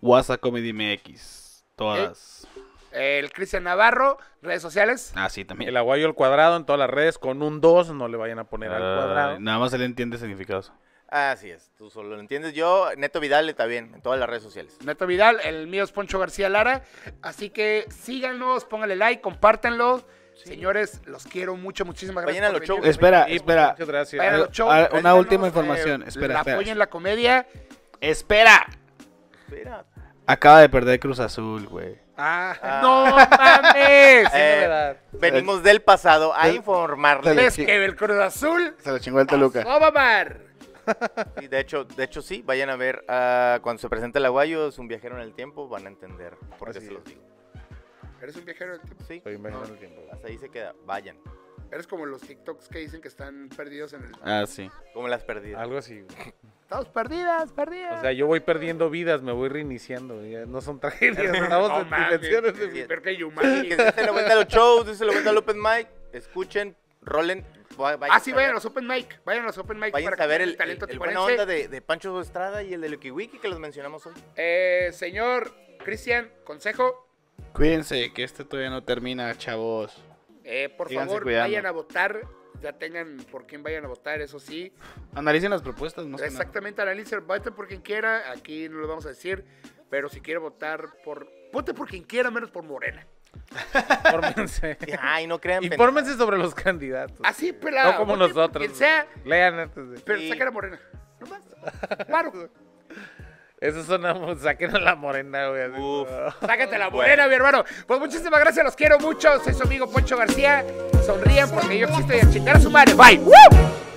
Speaker 3: WhatsApp Comedy MX. Todas.
Speaker 5: ¿Eh?
Speaker 1: El Cristian Navarro, redes sociales.
Speaker 3: Ah, sí, también.
Speaker 5: El aguayo al cuadrado en todas las redes con un 2, no le vayan a poner al cuadrado.
Speaker 3: Ay, Ah, nada más él entiende significados.
Speaker 4: Así es, tú solo lo entiendes. Yo, Neto Vidal está bien en todas las redes sociales.
Speaker 1: Neto Vidal, el mío es Poncho García Lara. Así que síganos, pónganle like, compártanlo. Señores, los quiero mucho, muchísimas gracias.
Speaker 4: Vayan a los
Speaker 1: venir.
Speaker 4: shows.
Speaker 3: Espera,
Speaker 5: pues, Sí,
Speaker 3: espera.
Speaker 5: Muchas
Speaker 1: Vayan a
Speaker 5: gracias.
Speaker 1: los shows,
Speaker 3: Ah, una
Speaker 1: préstanos,
Speaker 3: última
Speaker 1: eh,
Speaker 3: información. Espera,
Speaker 1: la
Speaker 3: espera.
Speaker 1: Apoyen la comedia.
Speaker 3: ¡Espera!
Speaker 4: Espera.
Speaker 3: Acaba de perder Cruz Azul, güey.
Speaker 1: Ah,
Speaker 4: Ah.
Speaker 1: no mames.
Speaker 4: Eh, venimos del pasado a
Speaker 3: Del-
Speaker 4: informarles.
Speaker 1: ¿Ves que el Cruz Azul Oh,
Speaker 3: Se lo chingó el Toluca.
Speaker 1: no va a amar?
Speaker 4: Y de hecho, de hecho sí, vayan a ver ah, cuando se presente el aguayo, es un viajero en el tiempo, van a entender por qué
Speaker 5: Así
Speaker 4: se los
Speaker 5: es.
Speaker 4: digo.
Speaker 1: Eres un viajero del tiempo.
Speaker 4: Sí,
Speaker 5: Estoy imaginando el tiempo.
Speaker 4: hasta ahí se queda. Vayan,
Speaker 1: Eres como los TikToks que dicen que están perdidos en el.
Speaker 3: Ah, sí.
Speaker 4: como las perdidas.
Speaker 5: Algo así. güey.
Speaker 1: Estamos perdidas, perdidas.
Speaker 5: O sea, yo voy perdiendo vidas, me voy reiniciando. ya no son tragedias, estamos
Speaker 1: No
Speaker 5: en
Speaker 1: mames,
Speaker 5: dimensiones de
Speaker 1: sí, Pero que
Speaker 4: Que
Speaker 1: Yumari.
Speaker 4: se lo vende a los shows, se lo vende a López Mike. escuchen, rolen. va- vayan
Speaker 1: Ah, sí,
Speaker 4: a
Speaker 1: vayan a
Speaker 4: ver-
Speaker 1: los Open Mic. Vayan a los Open Mic
Speaker 4: Vayan
Speaker 1: para
Speaker 4: a ver el,
Speaker 1: el talento
Speaker 4: el- el buena
Speaker 1: tijuanense.
Speaker 4: onda de, de Pancho Estrada y el de Lucky Wiki que los mencionamos hoy.
Speaker 1: Eh, señor Cristian, consejo.
Speaker 3: Cuídense, que este todavía no termina, chavos.
Speaker 1: Eh, por
Speaker 3: Síganse
Speaker 1: favor,
Speaker 3: cuidando.
Speaker 1: vayan a votar. Ya tengan por quién vayan a votar, eso sí.
Speaker 3: Analicen las propuestas, más que nada.
Speaker 1: Exactamente, analicen, voten por quien quiera. Aquí no lo vamos a decir. Pero si quiere votar por. Vote por quien quiera, menos por Morena.
Speaker 5: Infórmense.
Speaker 4: Y- Ay, no crean.
Speaker 5: Infórmense sobre los
Speaker 3: Ah,
Speaker 5: candidatos.
Speaker 1: Así, pelado.
Speaker 5: No como
Speaker 1: voten por
Speaker 5: nosotros.
Speaker 1: Quien Ah, sea,
Speaker 5: Lean antes de.
Speaker 1: pero
Speaker 4: Sí.
Speaker 1: saquen a Morena. No más. Claro.
Speaker 5: Eso sonamos, saquen a la morena, güey. así.
Speaker 4: Uf.
Speaker 1: Sácate la morena, mi hermano. Pues muchísimas gracias, los quiero mucho. Soy su amigo Poncho García. Sonrían porque yo existo y a chingar a su madre. Bye. ¡Woo!